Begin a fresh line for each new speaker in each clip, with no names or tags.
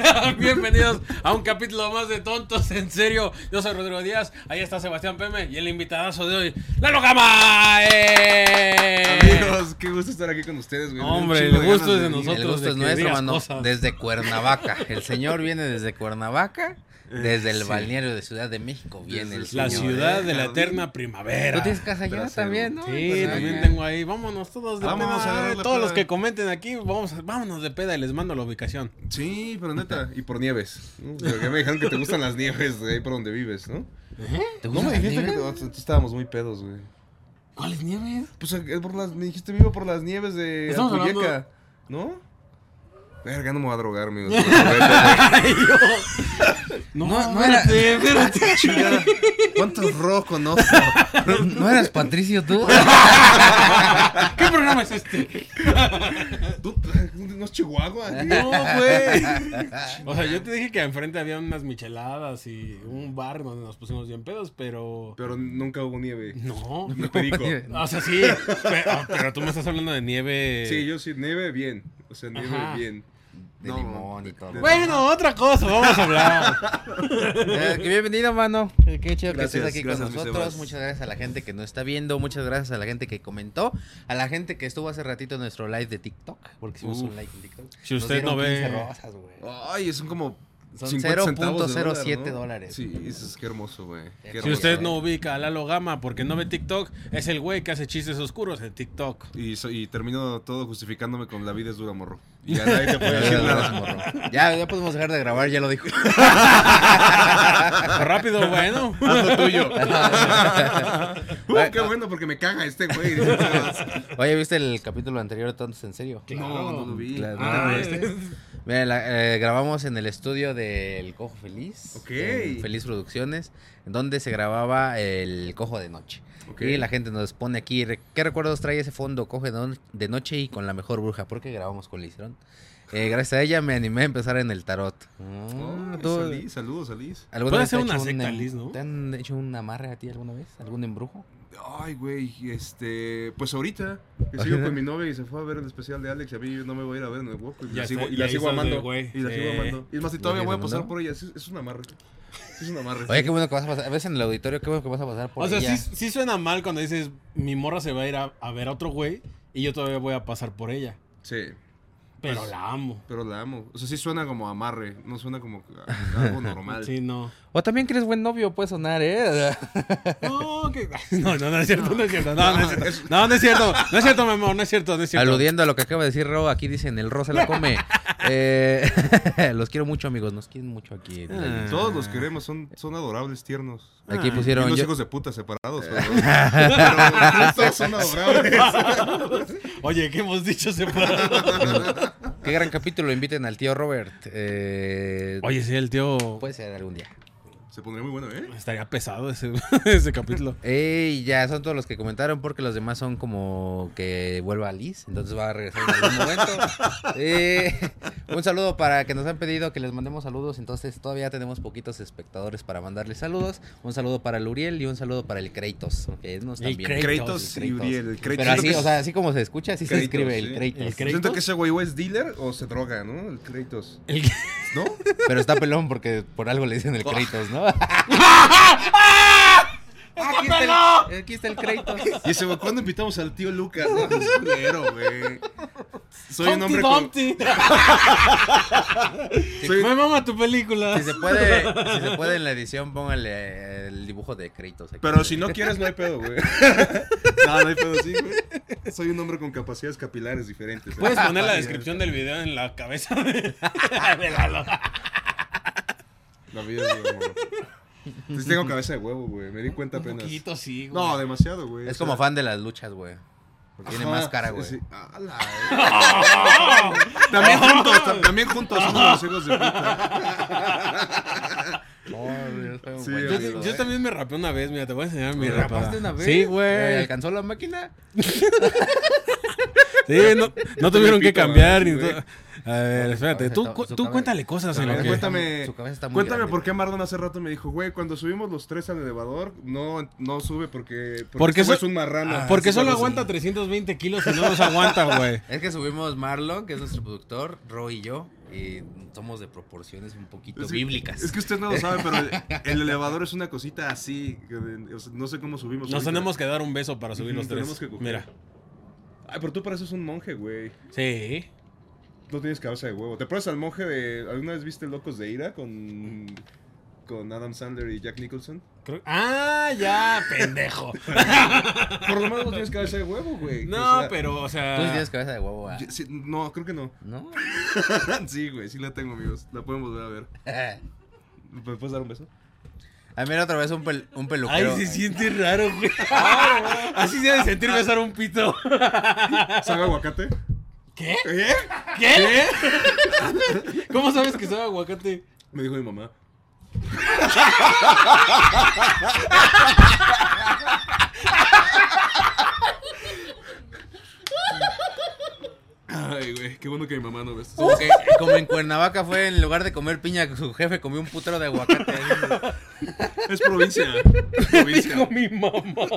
bienvenidos a un capítulo más de Tontos en Serio. Yo soy Rodrigo Díaz, ahí está Sebastián Peme y el invitadazo de hoy, Lalo Gama. ¡Eh!
Amigos, qué gusto estar aquí con ustedes, güey.
Hombre,
Un chingo
el gusto es
ganas
de nosotros.
El gusto
de
es
que
nuestro,
digas
mano.
cosas.
Desde Cuernavaca. El señor viene desde Cuernavaca. Desde el balneario de Ciudad de México viene el
Desde
Eh, La
señor,
ciudad
¿eh?
de la eterna primavera.
Tú tienes casa allá
Brasil.
también, ¿no?
Sí,
Pues,
también
allá.
tengo ahí. Vámonos todos de
Vámonos
peda.
a dar la
todos los
peda.
que comenten aquí, vamos, a- vámonos de peda y les mando la ubicación.
Sí, pero neta, y por nieves. Porque me dijeron que te gustan las nieves de ahí por donde vives, ¿no?
¿Te
No
gusta
me
la
dijiste que
nieve?
te- tú pues, estábamos muy pedos, güey.
¿Cuáles nieves?
Pues eh, por las, me dijiste vivo por las nieves de
Estamos
Apuyeca, ¿no? Verga, no me voy a drogar, amigos.
No,
No, no era-
espérate, espérate.
Chingada. ¿Cuántos rojos conozco?
¿No eras Patricio tú?
¿Qué programa es este?
¿Tú, ¿No es Chihuahua?
No, güey. O sea, yo te dije que enfrente había unas micheladas y un bar donde nos pusimos bien pedos, pero.
Pero nunca hubo nieve.
No.
Ni perico.
O sea, sí. Pero, ah, pero tú me estás hablando de nieve.
Sí, yo sí, nieve bien. O sea, nieve
Ajá.
bien.
De
No,
limón y todo.
Bueno, otra cosa, vamos a hablar.
Eh, que bienvenido, mano. Eh, Qué chido que
Gracias,
estés aquí
gracias,
con
mi
nosotros.
Sebas.
Muchas gracias a la gente que nos está viendo. Muchas gracias a la gente que comentó. A la gente que estuvo hace ratito en nuestro live de TikTok. Porque hicimos
Uf.
un live en TikTok.
Si
Nos
usted
dieron
no ve-
15 rosas, güey.
Ay, son como
Son
50 centavos de dólar,
0.07
¿no?
dólares.
Sí, eso es que hermoso, güey. Qué
Si
Si
hermoso.
usted no ubica a Lalo Gama porque no ve TikTok, es el güey que hace chistes oscuros en TikTok.
Y, so- y termino todo justificándome con la vida es dura, morro. Y ya nadie te puede decir
Ya,
nada.
ya, ya podemos dejar de grabar, ya lo dijo.
Rápido, bueno.
Haz lo tuyo. Uh, qué bueno, porque me caga este güey. Dice,
Oye, ¿viste el capítulo anterior de Tontos en serio?
No, no lo vi.
Claro.
Ah,
Ah,
este.
Mira, la- eh, grabamos en el estudio del Cojo Feliz.
Ok.
en Feliz Producciones, en donde se grababa el Cojo de Noche.
Ok.
Y la gente nos pone aquí, re- ¿qué recuerdos trae ese fondo Cojo de No- de Noche y con la mejor bruja? Porque grabamos con Listrón. Eh, gracias a ella me animé a empezar en el tarot. Mm,
Oh,
¿tú-
Salís, saludos, Salís.
alguna
Puede
vez te
ser
ha
una
hecho
secta,
em-
Liz, ¿no?
¿Te han hecho un amarre a ti alguna vez? ¿Algún embrujo?
Ay, güey, este, pues ahorita que sigo con mi novia y se fue a ver el especial de Alex y a mí no me voy a ir a ver en el walk, y
Ya
la sigo,
está-
y la
ya
sigo
estás de
amando,
güey,
y la sigo
sí.
amando. Y es más, y
¿La
todavía voy a
sigues
pasar
amando?
por ella, es, es un amarre, es un amarre.
Oye, qué bueno que vas a pasar. A veces en el auditorio, qué bueno que vas a pasar por
O sea,
ella.
sí, sí suena mal cuando dices, mi morra se va a ir a, a ver a otro güey y yo todavía voy a pasar por ella.
Sí,
Pero
Pues-
la amo.
pero la amo, o sea, sí suena como amarre, no suena como algo normal.
Sí, no.
O también que eres buen novio, puede sonar, ¿eh?
No, que- no, no, no es cierto, no es cierto. No, no es
No,
cierto. No, no es cierto, no es cierto, mi amor, no es cierto, no es cierto.
Aludiendo a lo que acaba de decir Ro, aquí dicen, el Ro se la come. Eh, los quiero mucho, amigos, nos quieren mucho aquí.
Ah.
Todos los queremos, son, son adorables, tiernos.
Aquí
Ah.
Y
pusieron...
unos
yo-
hijos de puta separados, pero, pero todos son adorables.
Oye, ¿qué hemos dicho separado?
Qué gran capítulo, inviten al tío Robert. Eh,
Oye, sí, el tío.
Puede ser algún día.
Se pondría muy bueno, ¿eh?
Estaría pesado ese, ese capítulo.
Ey, ya son todos los que comentaron porque los demás son como que vuelva Liz, entonces va a regresar en algún momento. Eh, un saludo para que nos han pedido que les mandemos saludos, entonces todavía tenemos poquitos espectadores para mandarles saludos. Un saludo para el Uriel y un saludo para el Kratos, que nos están
El
viendo.
Kratos
El
y Uriel. el Kratos.
Pero así,
Siento
o
que-
sea, así como se escucha, así se
Kratos,
escribe
sí.
el Kratos.
El Kratos.
Siento que ese güey o es dealer o se droga, ¿no? El Kratos.
El-
¿No?
Pero está pelón porque por algo le dicen el Kratos, ¿no? Aquí está, el, aquí está el Kratos.
Y ese güey, ¿cuándo invitamos al tío Lucas? No, es culero, güey. Soy un
Humpty
hombre con...
Dumpty.
soy-
Me mama tu película.
Si se puede, si se puede en la edición, póngale eh, el dibujo de Kratos. aquí.
Pero si no quieres, no hay pedo, güey. No, no hay pedo, sí, güey. Soy un hombre con capacidades capilares diferentes. ¿eh?
Puedes poner la descripción del video en la cabeza de, de Lalo.
La vida es de amor. Entonces tengo cabeza de huevo, güey. Me di cuenta
Un
apenas.
poquito, sí, güey.
No, demasiado, güey.
Es
O
como
sea,
fan de las luchas, güey. Porque tiene
ajá,
máscara, güey.
sí, sí. ¡Hala, güey! También juntos, tam- también juntos somos los hijos de puta.
No, güey, fue un
Sí,
buen
Yo,
video,
yo
eh.
también me rapé una vez, mira, te voy a enseñar mi
¿Te
rapada.
rapaste una vez?
Sí,
Eh,
¿Le
güey.
¿Alcanzó la máquina?
Sí, no, no tuvieron que
pito,
cambiar.
güey.
ni to- A ver, espérate,
cabeza
tú,
está-
cu-
su
tú
cabeza-
cuéntale cosas
su
en lo
cabeza
que...
está-
Cuéntame,
Su cabeza está muy
cuéntame
grande,
por qué Mardon hace rato me dijo, güey, cuando subimos los tres al elevador, no, no sube porque, porque,
Porque
este güey
so-
es un marrano.
Ah, Porque
Sí,
solo
sí.
aguanta 320 kilos y no nos aguanta, güey.
Pues
Es que subimos Marlon, que es nuestro productor, Roy y yo. eh, somos de proporciones un poquito
Es que-
bíblicas.
Es que usted no lo sabe, pero el, el elevador es una cosita así. que de- o sea, no sé cómo subimos.
Nos
ahorita.
tenemos que dar un beso para subir
Ujú,
los tres.
tenemos que coger.
Mira.
Ay, pero tú pareces un monje, güey.
Sí.
No tienes cabeza de huevo. ¿Te acuerdas al monje de. ¿Alguna vez viste Locos de Ira con. con Adam Sandler y Jack Nicholson?
Creo- Ah, ya, pendejo.
Por lo menos no tienes cabeza de huevo, güey. O
No,
sea,
pero, o sea.
Tú sí tienes cabeza de huevo, ah,
yo- sí, no, creo que no.
¿no?
sí, güey, sí la tengo, amigos. La pueden volver a ver.
A
¿Me puedes dar un beso?
mí era otra vez un, pel- un
Ay,
peluquero.
se siente raro, güey. Así se debe
Ah.
sentir besar un pito.
¿Sabe aguacate?
¿Qué?
¿Eh?
¿Qué? ¿Cómo sabes que sabe aguacate?
Me dijo mi mamá. Ay, güey, qué bueno que mi mamá no ve esto.
Como, que- como en Cuernavaca fue, en lugar de comer piña, su jefe comió un putero de aguacate. ahí.
Es provincia. es provincia.
Dijo mi mamá.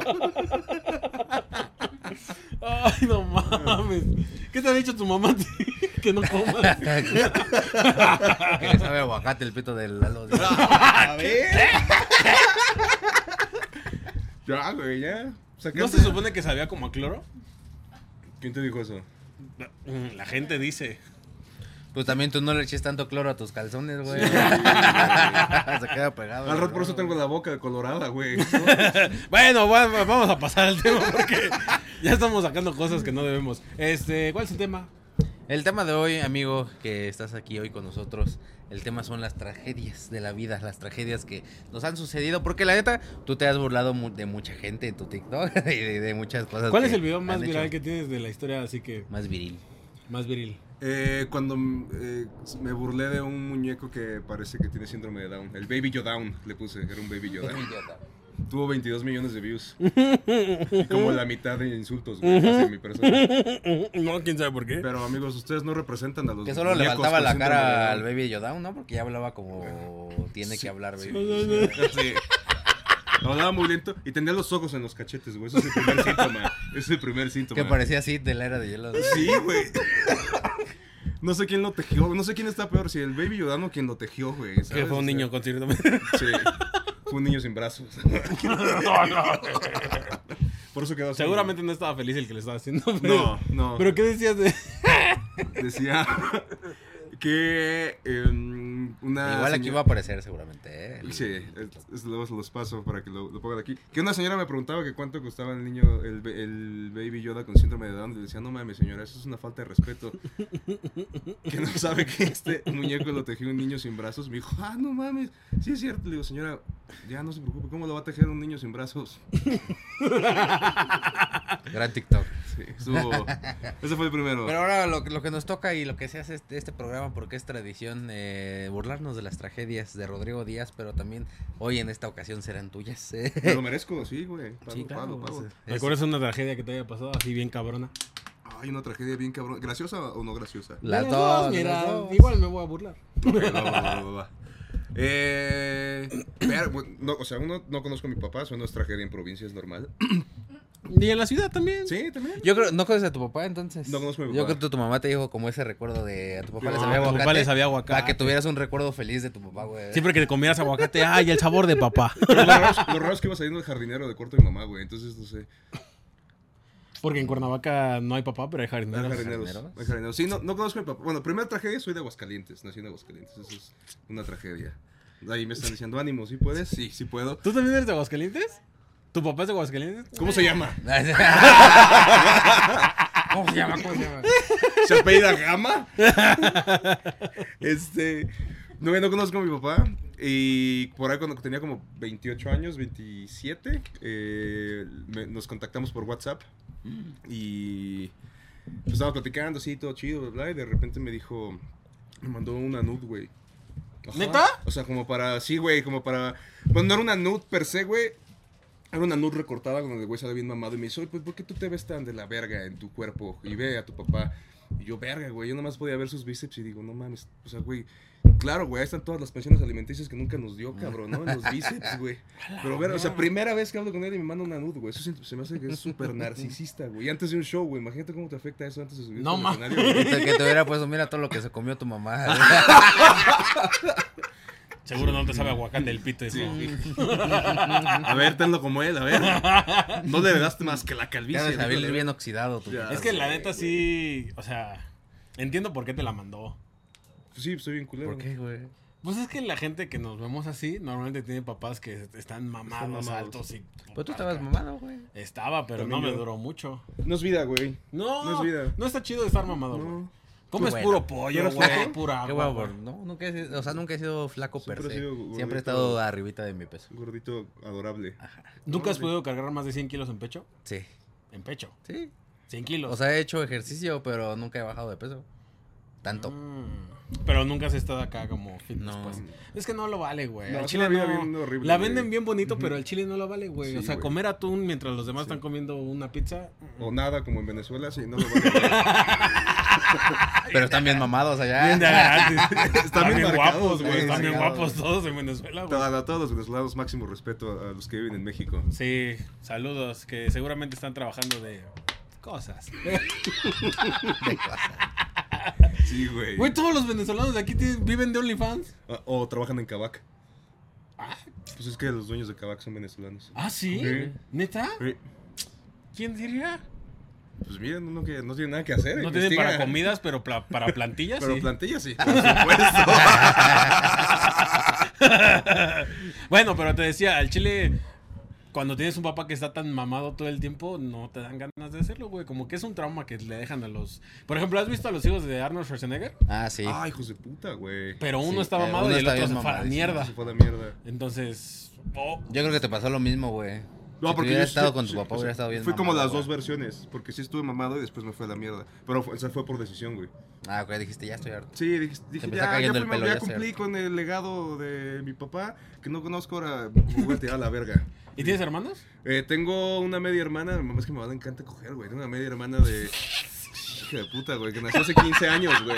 Ay, no mames. ¿Qué te ha dicho tu mamá a ti? Que no comas.
que le sabe aguacate el pito del Lalo.
A ver. Ya, güey, ya. Sacaste-
¿No se supone que sabía como a cloro? Mm,
¿Quién te dijo eso?
La gente dice.
Pues también tú no le eches tanto cloro a tus calzones, güey. Se queda pegado.
Al
el
rato por eso
cloro,
tengo la boca colorada, güey.
Bueno, va- vamos a pasar al tema porque ya estamos sacando cosas que no debemos. Este, ¿cuál es el tema?
güey. El tema de hoy, amigo, que estás aquí hoy con nosotros, el tema son las tragedias de la vida, las tragedias que nos han sucedido. Porque la neta, tú te has burlado mu- de mucha gente en tu TikTok y de, de muchas cosas.
¿Cuál
que
es el video más
han hecho.
viral que tienes de la historia? Así que
Más viril.
más viril.
Eh, cuando mm, eh, me burlé de un muñeco que parece que tiene síndrome de Down. El Baby Yodown le puse, era un Baby Yodown. Tuvo 22 millones de views. Como la mitad de insultos, güey, hacia mi persona.
No, quién sabe por qué.
Pero amigos, ustedes no representan a los
Que solo le
muñecos
faltaba
con
la
síndrome de
cara
Down.
al Baby Yodown, ¿no? Porque ya hablaba como tiene que hablar, Baby.
Sí. Hablaba muy lento y tenía los ojos en los cachetes, güey. Ese es el primer síntoma. Ese es el primer síntoma.
Que parecía así de la era de hielo.
Sí, güey. No sé quién lo tejió, no sé quién está peor, si el Baby Yodown o quien lo tejió, güey.
Que
¿sabes?
fue un
O sea,
niño con síndrome.
Sí. Fue un niño sin brazos. Por eso quedó así.
Seguramente no estaba feliz el que le estaba haciendo. pero-
No, no.
¿Pero qué decías de.?
Decía que em, una.
Igual aquí
señora-
va a aparecer seguramente, ¿eh? El-
Sí,
el-
es- es- los, los paso para que lo, lo pongan aquí. Que una señora me preguntaba que cuánto costaba el niño, el, be- el baby Yoda con síndrome de Down. Y le decía, no mames, señora, eso es una falta de respeto. que no sabe que este muñeco lo tejió un niño sin brazos. Me dijo, ah, no mames, sí es cierto. Le digo, señora, ya no se preocupe, ¿cómo lo va a tejer un niño sin brazos?
Gran TikTok.
Sí, estuvo- Ese fue el primero.
Pero ahora lo, que- lo que nos toca y lo que se hace este, este programa, porque es tradición eh, burlarnos de las tragedias de Rodrigo Díaz, pero también hoy en esta ocasión serán tuyas. ¿eh?
Me lo merezco, sí, pues, eh. güey. Pago,
Sí, claro,
pago, pago.
o sea.
¿Recuerdas una tragedia que te haya pasado así bien cabrona?
Ay, una tragedia bien cabrón. ¿Graciosa o no graciosa?
Las dos.
mira,
las dos.
igual me voy a burlar.
Ok, va, va, va, va, va. Eh, pero, bueno, no, o sea, uno no conozco a mi papá, eso no es tragedia en provincia, es normal.
Y en la ciudad también.
Sí, también.
Yo creo, ¿no conoces a tu papá entonces?
No conozco a mi
Yo
papá.
creo que tu mamá te dijo como ese recuerdo de a tu papá le
No,
sabía
a tu
papá
aguacate.
le sabía aguacate.
Para que tuvieras un recuerdo feliz de tu papá, güey.
Siempre que te comieras aguacate, ¡ay, el sabor de papá!
Pero lo, raro es, lo raro es que iba saliendo el jardinero de corto de mi mamá, güey. Entonces, no sé.
Porque en Cuernavaca no hay papá, pero hay
No hay
jardineros.
jardineros.
jardineros?
no hay jardineros. Sí, no, no conozco a mi papá. Bueno, primera tragedia, soy de Aguascalientes. Nací en Aguascalientes. Eso es una tragedia. Ahí me están diciendo, ánimo, ¿sí puedes? Sí, sí puedo.
¿Tú también eres de Aguascalientes? ¿Tu papá es de Aguascalientes?
¿Cómo se llama?
¿Cómo se llama? ¿Cómo se llama?
¿Se apellida Gama? este. No, güey, no conozco a mi papá. Y por ahí cuando tenía como 28 años, 27, eh, me- nos contactamos por WhatsApp. Y pues estábamos platicando, así, todo chido, bla, bla. Y de repente me dijo, me mandó una nude, güey. Ajá.
¿Neta?
O sea, como para, sí, güey, como para... Bueno, no era una nude per se, güey. Era una nude recortada cuando el güey sale bien mamado y me dice, oye, pues, ¿por qué tú te ves tan de la verga en tu cuerpo? Y ve a tu papá. Y yo, verga, güey, yo nomás podía ver sus bíceps y digo, no mames, o sea, güey, claro, güey, ahí están todas las pensiones alimenticias que nunca nos dio, cabrón, ¿no? En los bíceps, güey. Pero, ver, o sea, primera vez que hablo con él y me manda una nud, güey, eso se, se me hace que es súper narcisista, güey. Y antes de un show, güey, imagínate cómo te afecta eso antes de subir.
No
al
mames.
escenario, güey.
Que te hubiera puesto, mira todo lo que se comió tu mamá.
Seguro no te sabe aguacate el pito.
Sí,
dijo.
sí. A ver, tenlo como él, a ver. No le daste más que la calvicie.
Ya ves,
¿no?
Javier, bien oxidado. tú.
Ya.
Es que la neta sí, o sea, entiendo por qué te la mandó.
Sí, pues, estoy bien culero.
¿Por qué, güey?
Pues es que la gente que nos vemos así, normalmente tiene papás que están mamados,
mamados.
altos y...
Pues tú
Ah,
estabas mamado, güey.
Estaba, pero
También
no me
yo.
duró mucho.
No es vida, güey.
No,
No
no,
es vida.
está chido estar mamado, güey.
No.
Comes
Qué
puro
bueno.
pollo,
Pero
güey,
flaco.
pura
Qué
agua,
guapo,
güey.
no, nunca he sido, o sea, nunca he sido flaco
ah, Siempre
per
he
se.
sido gordito.
Siempre he estado arribita de mi peso.
Gordito adorable.
¿Nunca has podido cargar más de 100 kilos en pecho?
Sí.
En pecho.
Sí.
100 kilos.
O sea, he hecho ejercicio, pero nunca he bajado de peso. Tanto.
Mm, Pero nunca has estado acá como fitness,
No.
pues. Es que no lo vale, güey.
No,
Al
es
chile
una vida
no-
bien horrible,
La
güey.
venden bien bonito, pero al chile no lo vale, güey.
Sí,
o sea,
güey.
comer atún mientras los demás están comiendo una pizza.
O nada, como en Venezuela, sí, no lo vale. Ah,
Pero están bien mamados allá.
Bien de gratis.
Están bien marcados,
guapos,
bien
güey. Están bien
marcados.
guapos todos en Venezuela, güey.
A, a todos los venezolanos, máximo respeto a, a los que viven en México.
Sí, saludos, que seguramente están trabajando de cosas.
Sí, güey.
Güey, todos los venezolanos de aquí tienen- viven de OnlyFans.
Ah, O trabajan en Cabac. Pues es que los dueños de Cabac son venezolanos.
Ah, sí.
Sí.
¿Neta?
Sí.
¿Quién diría?
Pues miren, uno que no tiene nada que hacer.
No tienen
investiga.
para comidas, pero pla- para plantillas.
Pero
sí.
plantilla sí, por supuesto.
Bueno, pero te decía, al chile, cuando tienes un papá que está tan mamado todo el tiempo, no te dan ganas de hacerlo, güey. Como que es un trauma que le dejan a los. Por ejemplo, ¿has visto a los hijos de Arnold Schwarzenegger?
Ah, sí.
Ah, hijos de puta, güey.
Pero uno
Sí,
está
eh,
mamado
uno
y el
está
otro se
bien
fue a la
mamadísimo,
mierda.
Se fue a la mierda.
Entonces. oh,
Yo creo que te pasó lo mismo, güey.
No,
si
porque
hubiera
yo
estado
sí-
con tu
sí,
papá,
o sea,
hubiera estado bien.
Fue como
mamado,
las dos
güey.
versiones, porque sí estuve mamado y después me fue a la mierda. Pero fue- o sea, fue por decisión, güey.
Ah, ok, dijiste, ya estoy harto.
Sí, dije, dije,
me está
ya, ya,
cayendo el
fui-
pelo,
ya
ya
cumplí
sé.
con el legado de mi papá, que no conozco ahora, me voy a tirar a la verga.
¿Y tienes hermanos?
Eh, tengo una media hermana, mi mamá es que mi mamá le encanta coger, güey. Tengo una media hermana de. Hija de puta, güey, que nació hace 15 años, güey.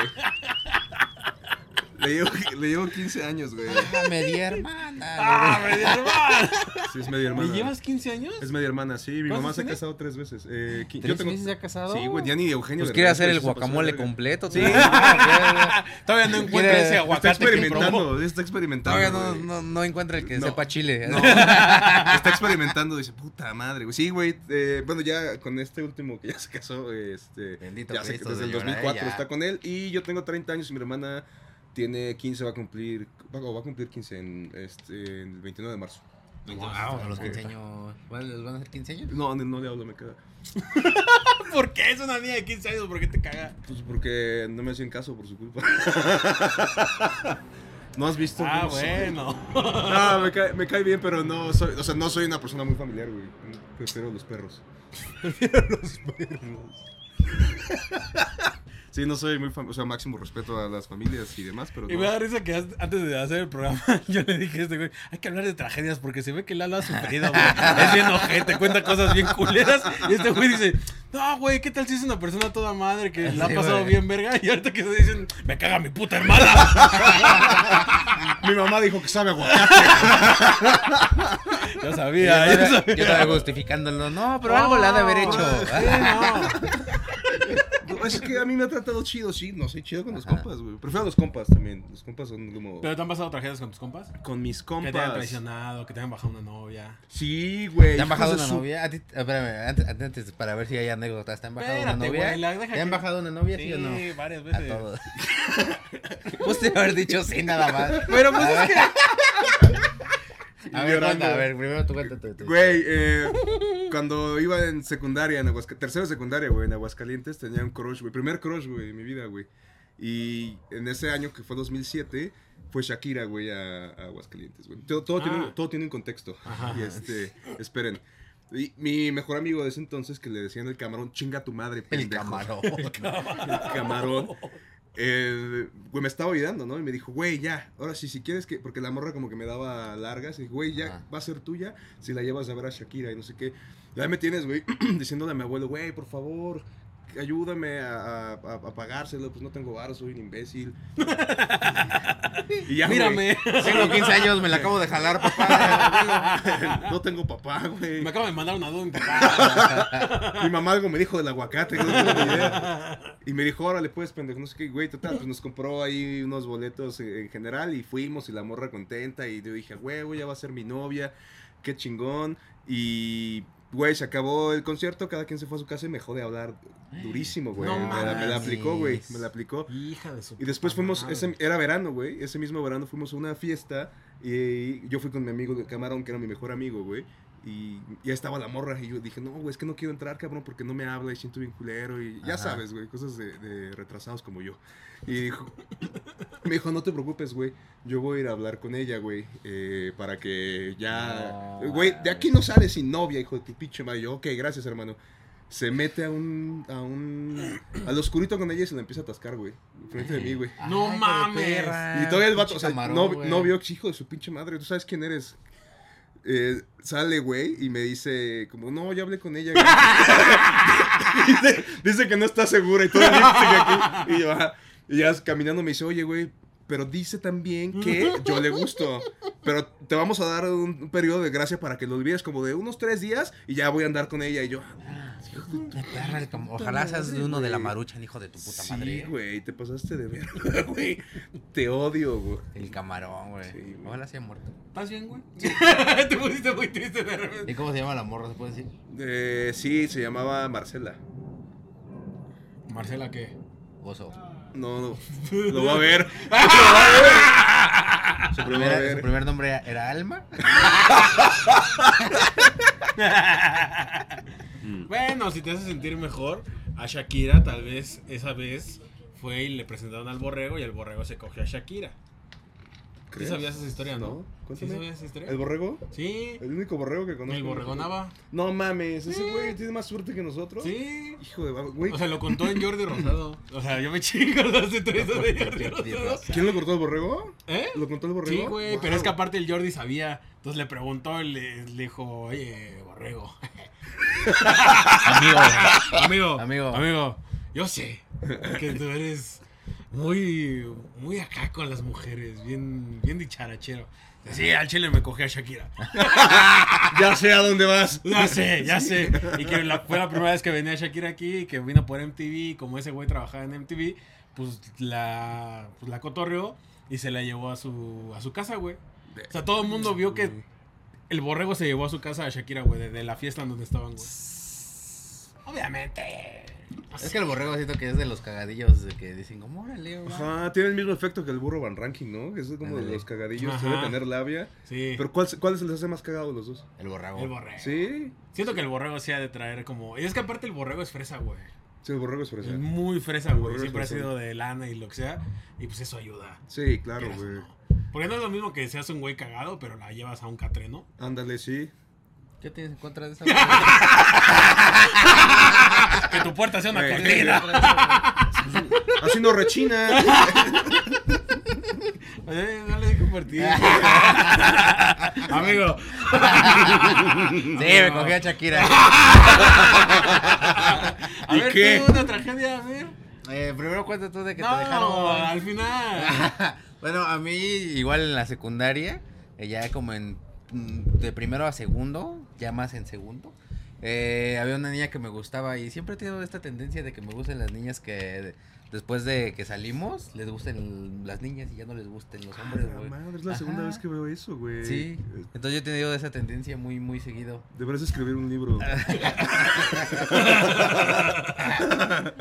Le llevo, le llevo 15 años, güey.
Me di hermana.
¡Ah, me dio hermano!
Sí, es media
¿Me
hermana.
llevas 15 años?
Es media hermana, sí. Mi
¿Cuántos
mamá se ha
tienes?
casado tres veces. Eh, qui-
¿Tres veces se ha casado?
Sí, güey, ya ni Eugenio.
Pues
de
quiere
Derbez,
hacer el
se pasó de
guacamole
verga.
completo.
Sí.
tú. Ah, ok, ok.
Todavía no encuentro
Quiere-
ese
Está
aguacate. que probó.
experimentando, está experimentando.
Todavía no,
güey.
no, no Ah, encuentra el que
No.
sepa chile.
No, está experimentando, dice, puta madre, güey. Sí, güey, eh, bueno, ya con este último que ya se casó, este...
Bendito
ya se-
Cristo,
desde el
señora,
2004
ya.
está con él y yo tengo 30 años y mi hermana tiene 15, va a cumplir, va, o va a cumplir 15 en, este, en el 29 de marzo.
Ah,
Wow, a los 15 años. Bueno, ¿Les van a hacer 15 años?
No, no, no le hablo, me queda.
¿Por qué es una niña de 15 años? ¿Por qué te caga?
Pues porque no me hacían caso por su culpa. ¿No has visto?
Ah,
cómo soy?
bueno.
No, me cae, me cae bien, pero no soy, o sea, no soy una persona muy familiar, güey. Prefiero los perros. Prefiero los perros. Sí, no soy muy fam- o sea, máximo respeto a las familias y demás, pero
Y me da
no.
risa que as- antes de hacer el programa, yo le dije a este güey, hay que hablar de tragedias porque se ve que Lalo ha sufrido, güey. Es bien ojete, cuenta cosas bien culeras. Y este güey dice, no, güey, ¿qué tal si es una persona toda madre que la ha
Sí,
pasado
güey.
bien verga? Y ahorita que se dicen, me caga mi puta hermana.
Mi mamá dijo que sabe aguacate.
Yo
Yo
sabía, yo
estaba, yo
sabía.
estaba justificándolo. No, pero algo le ha de haber hecho. Ah,
Sí, no.
es que a mí me ha tratado chido, sí, no soy chido con los compas, güey. Prefiero a los compas también. Los compas son como
¿Pero te han pasado tragedias con tus compas?
con mis
Que te han
compas.
traicionado, que te han bajado una novia.
Sí, güey.
¿Te han bajado
hijos de
una
su-
novia? A ti- espérame, antes, antes, para ver si hay anécdotas. ¿Te han bajado una
Espérate,
novia?
güey, la deja
¿Te han
que-
bajado una novia, sí, o no?
Sí, varias
A
veces.
todos. Usted haber dicho sí nada más.
Pero pues es que...
A ver,
Llorando.
cuenta, a ver, primero tú cuéntate. tú.
Güey, eh, cuando iba en secundaria, en Aguascalientes, tercero de secundaria, güey, en Aguascalientes, tenía un crush, güey, primer crush, güey, en mi vida, güey. Y en ese año que fue 2007, fue Shakira, güey, a, a Aguascalientes, güey. Todo, todo tiene,
Ah.
todo tiene un contexto.
Ajá.
Y este, esperen. Y mi mejor amigo de ese entonces, que le decían el camarón, chinga tu madre,
El
pendejo.
camarón.
El camarón. Eh, güey, me estaba olvidando, ¿no? Y me dijo, güey, ya, ahora sí, si quieres que, porque la morra como que me daba largas, y dije, güey, ya,
Ajá.
va a ser tuya si la llevas a ver a Shakira y no sé qué. Y ahí me tienes, güey, diciéndole a mi abuelo, güey, por favor, ayúdame a, a, a- a pagárselo, pues no tengo varo, soy un imbécil. y ya, güey.
Mírame.
Tengo 15 años, me la acabo de jalar, papá.
no tengo papá, güey.
Me acaba de mandar una duda mi papá.
Mi mamá algo me dijo del aguacate, no tengo ni idea. Y me dijo, órale, pues, pendejo, no sé qué, güey, total, pues nos compró ahí unos boletos en, en general y fuimos y la morra contenta y yo dije, güey, güey, ya va a ser mi novia, qué chingón. Y, güey, se acabó el concierto, cada quien se fue a su casa y me dejó de hablar durísimo, güey.
No
me, la, me la
mames.
aplicó, güey, me la aplicó.
Hija de su
Y después
puta
fuimos,
madre.
ese, era verano, güey, ese mismo verano fuimos a una fiesta y yo fui con mi amigo de Camarón, que era mi mejor amigo, güey. Y ya estaba la morra y yo dije, no, güey, es que no quiero entrar, cabrón, porque no me habla y siento bien culero y ya
Ajá.
sabes, güey, cosas de, de retrasados como yo. Y dijo, me dijo, no te preocupes, güey, yo voy a ir a hablar con ella, güey, eh, para que ya...
No,
Güey, de aquí no sales sin novia, hijo de tu pinche madre. Yo, ok, gracias, hermano. Se mete a un... a un... al oscurito con ella y se la empieza a atascar, güey, frente de mí, güey.
No
Ay,
mames.
hijo de perra,
Y todavía el vato,
Ah, pinche
o sea,
camarón,
no,
güey.
no vio hijo de su pinche madre, tú sabes quién eres. Eh, sale, güey, y me dice, como, no, ya hablé con ella, güey. dice, dice que no está segura y todo el lipstick aquí. Y yo, ajá. Y ya caminando me dice, oye, güey, pero dice también que yo le gusto. Pero te vamos a dar un, un periodo de gracia para que lo olvides, como de unos tres días, y ya voy a andar con ella. Y yo, "Ah,
Ay, perra, el cam- Ojalá seas de uno de la marucha, hijo de tu puta
sí,
madre.
güey, te pasaste de verga, güey. Te odio, güey.
El camarón, güey.
Sí, güey.
Ojalá sea muerto.
¿Estás bien, güey? Te pusiste muy triste de repente.
¿Y cómo se llama la morra? ¿Se puede decir?
Eh, sí, se llamaba Marcela.
Marcela, ¿qué?
Gozo.
No, no. Lo va a ver.
Su
Lo va a
primer,
ver.
su primer nombre era- era Alma.
Bueno, si te hace sentir mejor, a Shakira tal vez esa vez fue y le presentaron al borrego y el borrego se cogió a Shakira. ¿Sí
¿Crees?
sabías esa historia, no? ¿Sí
cuéntame.
sabías esa historia?
¿El borrego?
sí,
El único borrego que conozco.
el borregonaba.
No mames, ese güey tiene más suerte que nosotros.
Sí.
Hijo de baba- güey.
O sea, lo contó en Jordi Rosado. O sea, yo me chingo los entrevistas de Jordi Rosado.
¿Quién lo cortó el borrego?
¿Eh?
¿Lo contó el borrego?
Sí, güey,
Wow.
pero es que aparte el Jordi sabía. Entonces le preguntó, le, le dijo, oye, borrego.
Amigo.
Amigo,
Amigo.
amigo, amigo, yo sé que tú eres muy, muy acá con las mujeres, bien, bien dicharachero. Sí, al chile me cogí a Shakira.
Ya sé a dónde vas.
Ya sé, ya sé. Y que la- fue la primera vez que venía Shakira aquí y que vino por MTV. Y como ese güey trabajaba en MTV, pues la, pues la cotorreó y se la llevó a su, a su casa, güey. O sea, todo el mundo vio que el borrego se llevó a su casa a Shakira, güey, de, de la fiesta en donde estaban, güey. Obviamente.
Ah,
Es que el borrego siento que es de los cagadillos de que dicen como, órale, va".
Ajá, tiene el mismo efecto que el burro Van Ranking, ¿no? Que es como de
Ándale.
los cagadillos,
Ajá.
suele tener labia.
Sí.
Pero ¿cuál, se- cuál se les hace más cagado de los dos?
El borrego.
El borrego.
Sí.
Siento que el borrego sí ha de traer como. Y es que aparte el borrego es fresa, güey.
Sí, el borrego es fresa.
Es muy fresa,
Pues, eh, El
güey.
borrego
Siempre ha
es fresa.
sido de lana y lo que sea. Y pues eso ayuda.
Sí, claro,
Quieras o
güey.
no. Porque no es lo mismo que seas un güey cagado, pero la llevas a un catreno.
Ándale, sí.
¿Qué tienes en contra de esa?
Que tu puerta sea una
Güey.
cortina.
Así no rechina.
Eh, no le di compartir. Amigo.
sí, me cogí a Shakira.
A
¿Y
ver,
qué?
tú, una tragedia, a ver.
Eh, primero cuenta tú de que
No,
te dejaron.
al final.
bueno, a mí igual en la secundaria, eh, ya como en mm, de primero a segundo, ya más en segundo. eh, había una niña que me gustaba y siempre he tenido esta tendencia de que me gusten las niñas que de- después de que salimos les gusten las niñas y ya no les gusten los hombres,
Ah,
güey.
madre, es la segunda
Ajá.
vez que veo eso, güey.
Sí,
Eh,
entonces yo he tenido esa tendencia muy, muy seguido.
Deberás escribir un libro.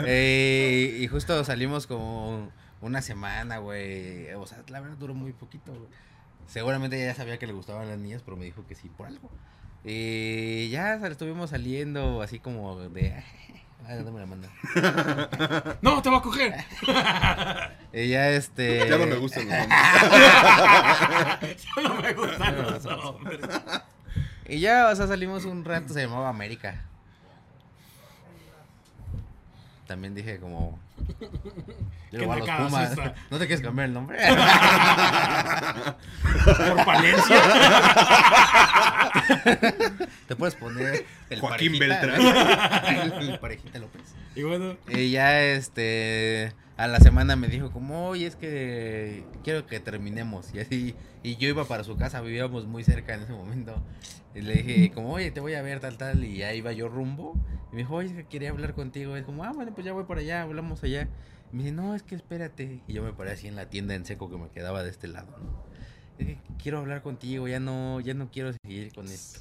Eh, y justo salimos como una semana, güey. O sea, la verdad duró muy poquito, güey. Seguramente ella ya sabía que le gustaban las niñas, pero me dijo que sí por algo. Y ya sal- estuvimos saliendo así como de... Ah, no me la manda.
No, te va a coger.
Ella este...
Ya no me gustan los hombres.
No me gustan los hombres.
Y ya, o sea, salimos un rato, se llamaba América. También dije como... Yo
¿Qué
le
te
voy a los
cagas,
Pumas.
esta?
¿No te quieres cambiar el nombre?
Por Palencia.
Te puedes poner el
Joaquín
Beltrán. El parejita López.
Y bueno,
Y ya este a la semana me dijo como, oye, es que quiero que terminemos. Y así, y yo iba para su casa, vivíamos muy cerca en ese momento. Y le dije, como, oye, te voy a ver, tal, tal. Y ahí iba yo rumbo. Y me dijo, oye, es que quería hablar contigo. Y como, ah, bueno, pues ya voy para allá, hablamos allá. Y me dice, no, es que espérate. Y yo me paré así en la tienda en seco que me quedaba de este lado, ¿no? Es que quiero hablar contigo, ya no, ya no quiero seguir con esto.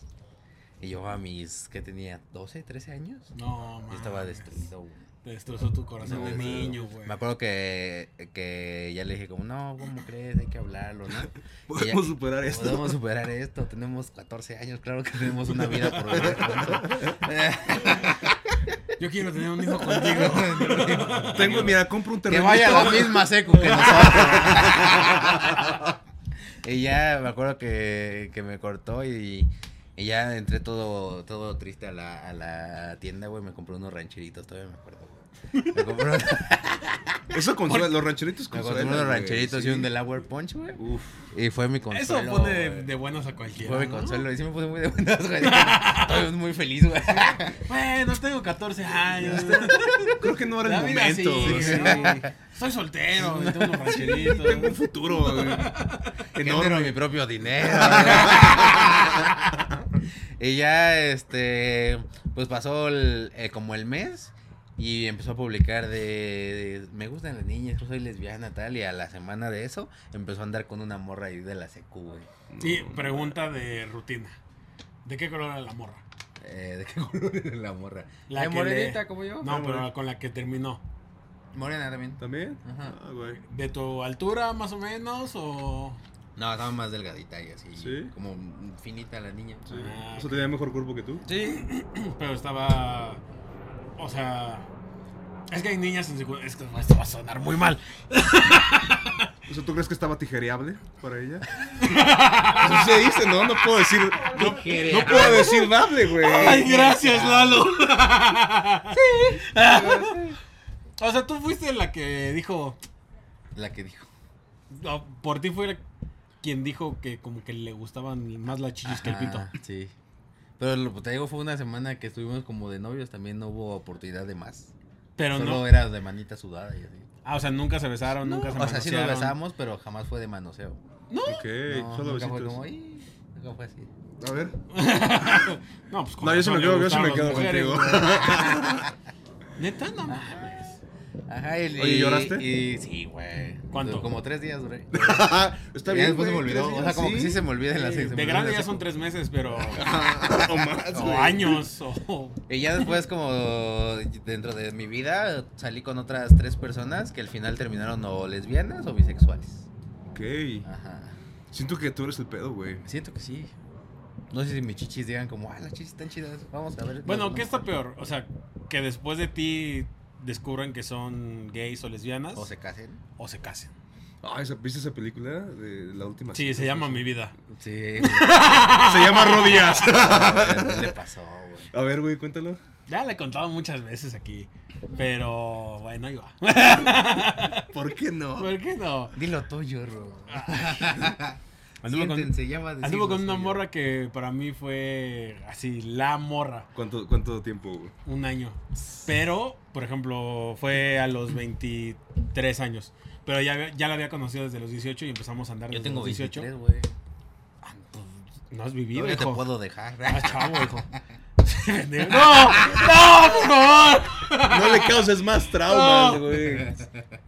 Y yo a mis, ¿qué tenía? ¿12, 13 años?
no,
Yo
man.
estaba destruido, güey.
Te destrozó tu corazón
No,
de
desde luego.
niño, güey.
Me acuerdo que, que ya le dije como, no, ¿cómo crees? Hay que hablarlo, ¿no?
Podemos
Y ya-
superar esto.
Eh. Podemos superar esto. Tenemos 14 años, claro que tenemos una vida por delante. Eh,
Yo quiero tener un hijo contigo.
Tengo, mira, compro un
que
terreno.
vaya la misma secu que nosotros. y ya me acuerdo que, que me cortó y, y ya entré todo, todo triste a la, a la tienda, güey. Me compré unos rancheritos, todavía me acuerdo. güey. Me compré unos,
Eso consuela, los rancheritos
me
consuelan.
compré unos
güey,
rancheritos
sí.
y un Delaware Punch, güey.
Uf.
Y fue mi consuelo.
Eso pone de,
güey.
de buenos a cualquiera.
Fue mi
¿no?
consuelo. Y sí me puse muy de buenas, güey. Estoy muy feliz, güey.
Bueno, tengo 14 años.
Este
Creo que no era
La
el
vida
momento.
sigue,
o sea,
¿no? Soy soltero, y tengo unos rancheritos.
Tengo un futuro, güey.
Genero
Enorme.
mi propio dinero. güey. y ya, este, pues pasó el, eh, como el mes y empezó a publicar de, de, me gustan las niñas, yo soy lesbiana, tal. Y a la semana de eso empezó a andar con una morra ahí de la secu, güey.
Sí, pregunta de rutina. ¿De qué color era la morra?
Eh, ¿De qué color era la morra?
La
Eh,
que
morenita,
le-
como yo.
No, pero con la que terminó.
Morena también.
¿También?
Ajá.
Ah, güey.
¿De tu altura, más o menos? ¿O.?
No, estaba más delgadita y así.
¿Sí?
Como finita la niña.
Sí.
Ah,
Eso tenía mejor cuerpo que tú.
Sí, pero estaba. O sea. Es que hay niñas en secundaria. Es que esto va a sonar muy mal.
O sea, ¿tú crees que estaba tijereable para ella? Eso se dice, ¿no? No puedo decir. No, no puedo decir dable, güey.
Ay, gracias, Lalo. Ah. Sí. o sea, tú fuiste la que dijo.
La que dijo.
no, por ti fue quien dijo que como que le gustaban más las chichis que el pito.
Ajá, Sí. Pero lo que te digo fue una semana que estuvimos como de novios, también no hubo oportunidad de más.
Pero
Solo
no.
era de manita sudada y así.
Ah, o sea, nunca se besaron, nunca se
o sea, sí nos
manosearon.
besamos, pero jamás fue de manoseo.
Ok,
No,
solo
nunca fue
besitos.
como, "Ih", nunca fue así.
A ver.
No, pues con
No, yo sí
razón le
me quedo- yo sí
gustaban
me
las
quedo
mujeres,
contigo.
güey. Neta,
Ah,
no mames.
Ajá, y,
Oye,
y-
¿lloraste?
y- sí, güey.
¿Cuánto?
Como tres días duré.
Está
Ya
bien.
después se me
güey,
olvidó.
tres
O sea, como
días,
que sí se me olvida la se me
De
olvida
grande
la
ya
secu.
son tres meses, pero.
o más,
O
güey.
años, o.
Y ya después, como dentro de mi vida, salí con otras tres personas que al final terminaron o lesbianas o bisexuales.
Ok.
Ajá.
Siento que tú eres el pedo, güey.
Siento que sí. No sé si mis chichis digan como, ah, las chichis están chidas, vamos a ver.
Bueno,
No,
¿qué
no.
está peor? O sea, que después de ti descubran que son gays o lesbianas
O se casen.
o se casen.
Ah, esa- ¿viste esa película de la
Pues
última?
Sí,
cita?
se llama Mi Vida.
Sí.
Se llama Rodillas.
le pasó, güey?
A ver, güey, cuéntalo.
Ya le he contado muchas veces aquí, pero bueno, ahí va.
¿Por qué no?
¿Por qué no?
Dilo tuyo, Ro.
Anduvo con,
Siéntense, ya va a decir
anduvo
lo
con una
suyo.
morra que para mí fue así, la morra.
¿Cuánto, cuánto tiempo, güey?
Un año. Pero, por ejemplo, fue a los 23 años. Pero ya, había- ya la había conocido desde los 18 y empezamos a andar
Yo
desde
tengo
los 18.
23, güey.
Ah, pues, No has vivido,
Yo te
hijo.
puedo dejar.
Ah, chavo, hijo. ¡No! ¡No, por favor!
No le causes más
traumas,
traumas, güey.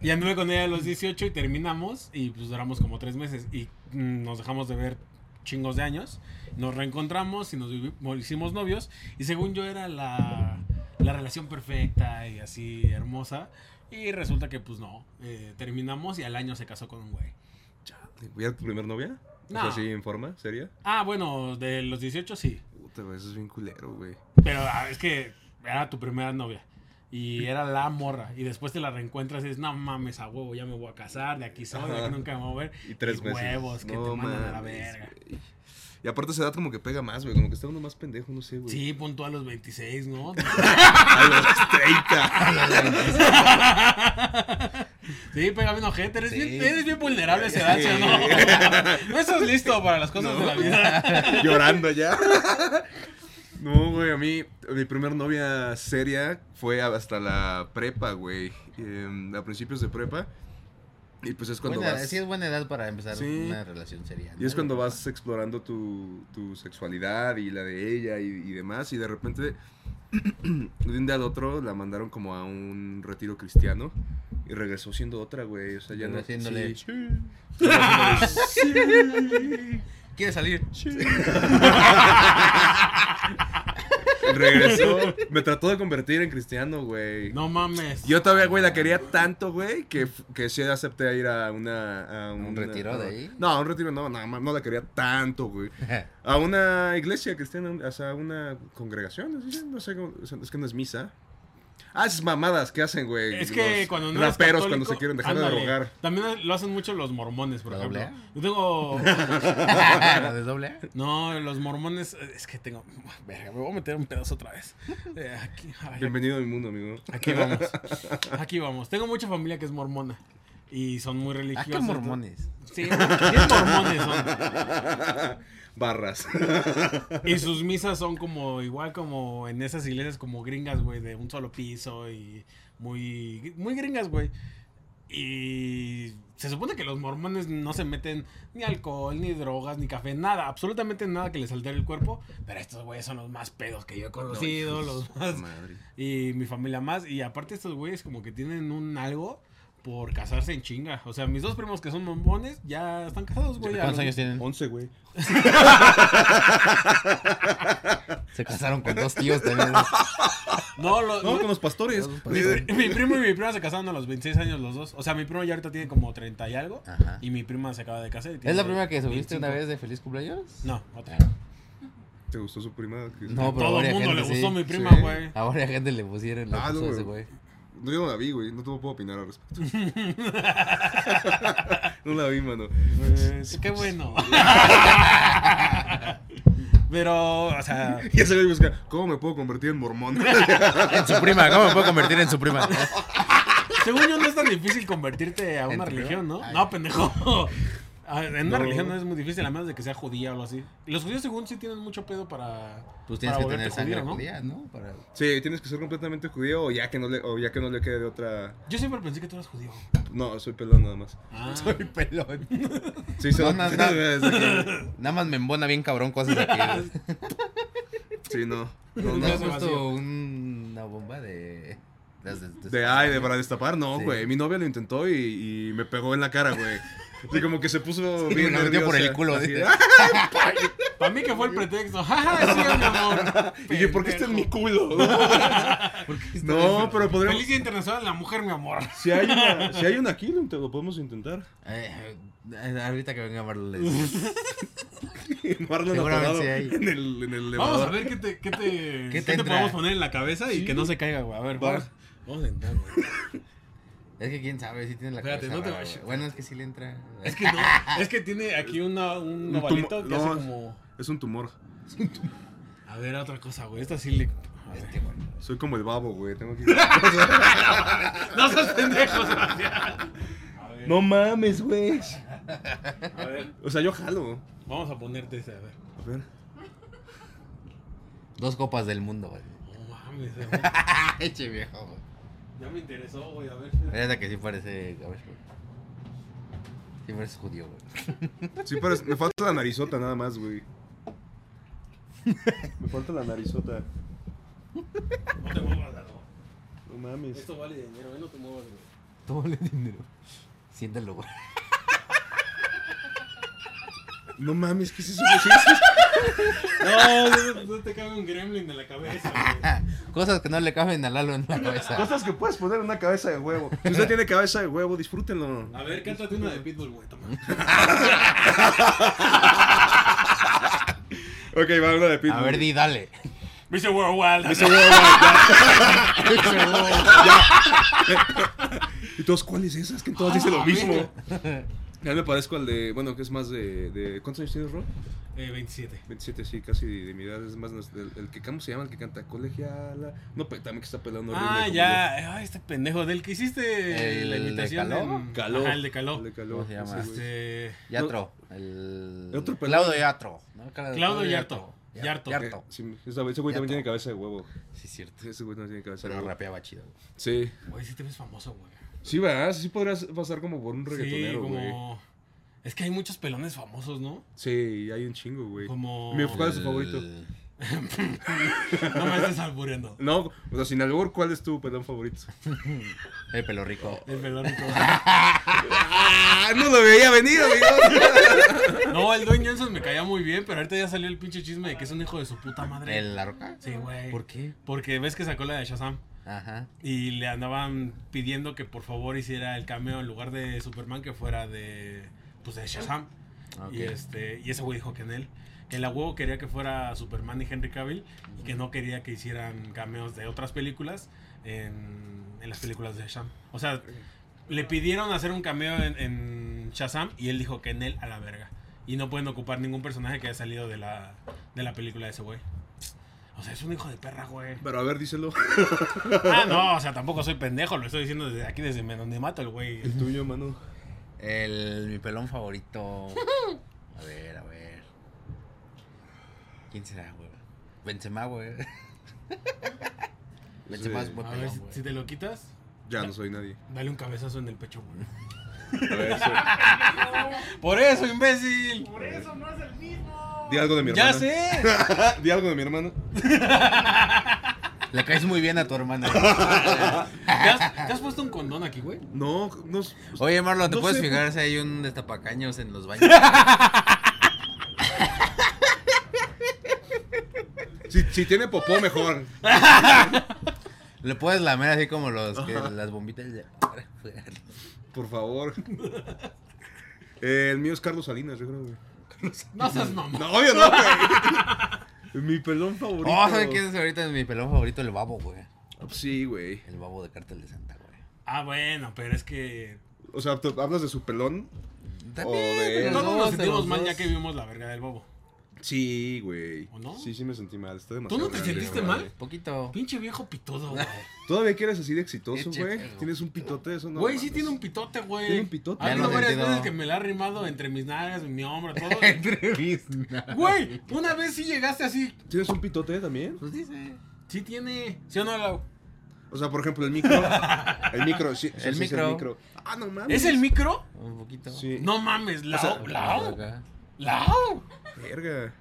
Y anduve con ella a los 18 y terminamos y pues duramos como tres meses y mm, nos dejamos de ver chingos de años. Nos reencontramos y nos vivi- hicimos novios y según yo era la, la relación perfecta y así hermosa y resulta que pues no, eh, terminamos y al año se casó con un güey.
¿Voy a tu primer novia?
No.
O sea, sí, en forma, seria.
Ah, bueno, de los 18 sí,
Puta, güey, eso es bien culero, güey.
pero ah, es que era tu primera novia. Y era la morra. Y después te la reencuentras y dices, no mames, a huevo, ya me voy a casar, de aquí soy, de
Ajá.
aquí nunca me voy a mover.
Y tres
Y
meses.
huevos que te mandan a la
mames,
verga.
güey. Y aparte esa edad como que pega más, güey. Como que está uno más pendejo, no sé, güey.
Sí, pon tú a los 26, ¿no?
A los 30.
Sí, pega bien ojete. Eres,
Sí.
bien, eres bien vulnerable a esa edad, ¿sí o ¿no? No estás listo para las cosas
No.
de la vida.
Llorando ya. No, güey, a mí, mi primer novia seria fue hasta la prepa, güey. Em, a principios de prepa. Y pues es cuando
Buena-
vas...
Sí, es buena edad para empezar
Sí.
una relación seria.
Y
¿no?
es cuando vas explorando tu, tu sexualidad y la de ella y, y demás, y de repente, de un día al otro, la mandaron como a un retiro cristiano y regresó siendo otra, güey. O sea, ya no.
Haciéndole-
Sí. Haciéndole-
¿Quieres salir?
regresó. Me trató de convertir en cristiano, güey.
No mames.
Yo todavía, güey, la quería tanto, güey, que, que sí acepté a ir a una... A
¿Un
una-
retiro de ahí?
No, a un retiro no, nada más, no la quería tanto, güey. A una iglesia cristiana, o sea, a una congregación, ¿sí? no sé, cómo- o sea, es que no es misa. Ah, esas mamadas que hacen, güey.
Es que
los
cuando no eres
Raperos
católico,
cuando se quieren dejar
ándale.
de drogar.
También lo hacen mucho los mormones, por
¿La
ejemplo.
doble
Yo tengo.
¿La de doble A?
No, los mormones. eh, Es que tengo. Verga, me voy a meter un pedazo otra vez. Eh, aquí, ay,
Bienvenido a mi mundo, amigo.
aquí vamos. Aquí vamos. Tengo mucha familia que es mormona. Y son muy
Ah,
religiosos.
qué mormones.
Sí, bien mormones son.
Barras.
Y sus misas son como igual como en esas iglesias como gringas, güey, de un solo piso y muy muy gringas, güey. Y se supone que los mormones no se meten ni alcohol, ni drogas, ni café, nada, absolutamente nada que les altere el cuerpo, pero estos güeyes son los más pedos que yo he conocido, los más
Madre.
y mi familia más. Y aparte estos güeyes como que tienen un algo por casarse en chinga. O sea, mis dos primos que son mormones ya están casados, güey. a
¿Cuántos
los-
años tienen?
Once, güey.
Se casaron con dos tíos también. ¿no?
No, lo-
No, con los pastores.
Los
Mi,
pastores.
mi primo y mi prima se casaron a los 26 años los dos. O sea, mi primo ya ahorita tiene como 30 y algo.
Ajá.
Y mi prima se acaba de casar. y tiene
¿Es la primera que subiste
25.
una vez de feliz cumpleaños?
No, otra.
¿Te gustó su prima? Que-
No, pero
Todo el
varias
mundo le
gente
gustó
sí. Ah,
mi prima,
Sí.
güey.
A varias gente le pusieron lo
Ah,
que
no,
usó ese
güey.
güey.
No, yo no la vi, güey. No te puedo opinar al respecto. no la vi, mano.
Pues, qué bueno. Pero, o sea,
Y ese güey busca, ¿cómo me puedo convertir en mormón?
En su prima, ¿cómo me puedo convertir en su prima?
según yo no es tan difícil convertirte a
¿En
una
tu prima?
religión, ¿no?
Ay.
No, pendejo. A- En una
No.
religión no es muy difícil, a menos de que sea judía o algo así. Los judíos, según sí, tienen mucho pedo para.
Pues tienes
para
que
volverte
tener sangre
judío, ¿no?
judía, ¿no? Para...
sí, tienes que ser completamente judío o ya que no le, o ya que no le quede de otra...
Yo siempre pensé que tú eras judío.
No, soy pelón nada más.
Ah.
pelón.
Sí, se
No,
nota.
no, Nada más me embona bien cabrón cosas de aquí.
Sí, no. No,
¿No
no.
has
no, vacío.
puesto un- una bomba de... las de-
De ay, de para destapar, no,
Sí.
güey. Mi novia lo intentó y, y me pegó en la cara, güey. Así como que se puso
Sí,
bien
me la metió por
nerviosa,
el culo,
así de,
dice.
"Ah",
Para mí que fue el pretexto. ¡Ja, ja, sí, mi amor!
Y yo, ¿por
este
qué está en mi culo? no, pero
Pendejo.
podríamos...
Feliz Día Internacional de la Mujer, mi amor.
Si hay, una, si hay una aquí, lo, int- lo podemos intentar.
Eh, eh, ahorita que venga Marlon le dices,
Marlon
Seguramente
atorado
sí hay.
en el, en el
Vamos a
elevador.
ver qué te, qué te,
¿Qué
qué
te
te
entra?
podemos poner en la cabeza y
Sí.
que no se caiga, güey. A ver,
Va.
vamos. Vamos a entrar, güey.
Es que quién sabe si tiene la
Espérate,
cabeza
no te
rara,
vayas.
güey. Bueno, es que sí le entra.
Es que no, es que tiene aquí una, un
Un
ovalito
tumo-
que hace
no.
como.
Es un tumor.
A ver, otra cosa, güey. Esta sí le. a ver.
Este, güey.
Soy como el babo, güey. Tengo que...
No seas pendejo, Sebastián.
no mames, güey.
A ver,
O sea, yo jalo.
vamos a ponerte ese, a ver.
A ver.
Dos copas del mundo, güey.
No mames, güey.
Eche viejo, güey.
Ya me interesó, güey. A ver.
La neta que sí parece. A ver, güey. Sí parece judío, güey.
Sí, pero es- me falta la narizota nada más, güey. Me falta la narizota.
No te muevas, Lalo.
No mames.
Esto vale dinero, güey. No te muevas, güey.
Tómale dinero. Siéntalo, güey.
No mames, ¿qué es eso? ¿Qué es eso?
No, no, no te cabe un gremlin en la cabeza, güey.
Cosas que no le caben a Lalo en la cabeza.
Cosas que puedes poner en una cabeza de huevo. Si usted tiene cabeza de huevo, disfrútenlo.
A ver, cántate una de Pitbull, güey. Toma.
Ok, va una de Pitbull.
A ver, di, dale.
Mr. Worldwide.
Ese huevo, ya. ¿Y todos cuáles esas? Que
Ah,
todos dicen lo mismo. Ya me parezco al de. Bueno, que es más de. de- ¿Cuántos años tienes, Ron?
Eh, 27.
27, sí, casi de, de mi edad. Es más, nos- el, el que, ¿cómo se llama? El que canta colegiala. No, pero también que está pelando horrible.
Ah,
como
ya. Ay, este pendejo del que hiciste
¿El
la
de
imitación.
Caló?
en-
Caló.
Ajá, el de Caló.
el de Caló,
¿Cómo se llama?
ese güey. Eh,
Este.
Yatro. El...
El otro pelado.
Claudio Yatro. ¿no?
Claudio Yarto. Yarto.
Eh,
Yarto.
sí, esa- ese güey también
Yato.
tiene cabeza de huevo.
Sí, cierto.
Ese güey no tiene cabeza de
Pero
huevo.
rapeaba chido. güey.
Sí.
Güey, sí te ves famoso, güey.
Sí, ¿verdad? Sí podrías pasar como por un
Sí,
reggaetonero, güey.
como. Es que hay muchos pelones famosos, ¿no?
Sí, hay un chingo, güey.
Como.
Mi ¿Cuál es su
El-
favorito?
No me estés albureando.
No, o sea, sin albur, ¿cuál es tu pelón favorito?
El pelo rico.
El pelón.
¡Ah! No lo veía venir, amigo.
No, el Dwayne Johnson me caía muy bien, pero ahorita ya salió el pinche chisme de que es un hijo de su puta madre.
¿El La Roca?
Sí, güey.
¿Por qué?
Porque ves que sacó la de Shazam.
Ajá.
Y le andaban pidiendo que por favor hiciera el cameo en lugar de Superman que fuera de pues de Shazam.
Ok.
Y este y ese güey dijo que en él que la huevo quería que fuera Superman y Henry Cavill y que no quería que hicieran cameos de otras películas en, en las películas de Shazam. O sea, le pidieron hacer un cameo en, en Shazam y él dijo que en él a la verga. Y no pueden ocupar ningún personaje que haya salido de la, de la película de ese güey. O sea, es un hijo de perra, güey.
Pero a ver, díselo.
Ah, no, o sea, tampoco soy pendejo, lo estoy diciendo desde aquí, desde mi anonimato, el güey.
El tuyo, mano.
El, mi pelón favorito. A ver, a ver. ¿Quién será, güey? Benzema, güey. Benzema
Sí.
es buen
A ver,
pelón,
si,
güey.
si te lo quitas,
Ya no soy nadie.
dale un cabezazo en el pecho, güey.
A ver, sí.
¡Por eso, imbécil!
Por eso no es el mismo.
Di algo de mi hermano.
¡Ya sé!
Di algo de mi hermano.
Le caes muy bien a tu hermano.
¿Te has, te has puesto un condón aquí, güey?
No, no. s-
Oye, Marlon, ¿te
No
puedes
sé,
fijar si hay un destapacaños en los baños?
Si, si tiene popó, mejor.
Le puedes lamer así como los que, las bombitas de...
Por favor. Eh, el mío es Carlos Salinas, yo creo, güey.
No seas mamón.
No, obvio no, güey. Ah, Mi pelón favorito. Ah,
Oh, ¿sabes quién es ahorita mi pelón favorito? El babo, güey.
Sí, güey.
El babo de Cártel de Santa, güey.
Ah, bueno, pero es que.
O sea, ¿tú ¿hablas de su pelón?
También,
Joder.
pero
Todos
no,
nos
se
sentimos
los
mal
dos.
ya que vimos la verga del bobo.
Sí, güey.
¿O no?
Sí, sí me sentí mal. Está
¿Tú
demasiado
no te
grande,
sentiste
güey.
mal?
Poquito.
Pinche viejo pitudo, güey.
¿Todavía que eres así de exitoso,
Eche,
güey?
perro.
¿Tienes un pitote eso? No,
Güey, sí
mames.
tiene un pitote, güey.
Tiene un pitote.
Ha
Ya lo
habido varias
sentido.
veces que me la ha rimado entre mis nalgas, mi hombro, todo.
Entrevista.
Güey, una vez sí llegaste así.
¿Tienes un pitote también?
Pues dice.
Sí tiene. ¿Sí o no, Lau?
O sea, por ejemplo, el micro. El micro, sí. sí,
El
sí, es
micro.
Ah, no mames.
¿Es el micro?
Un poquito.
Sí.
No mames, Lau,
sea,
Lau,
Pues Acá.
Lau.
Verga.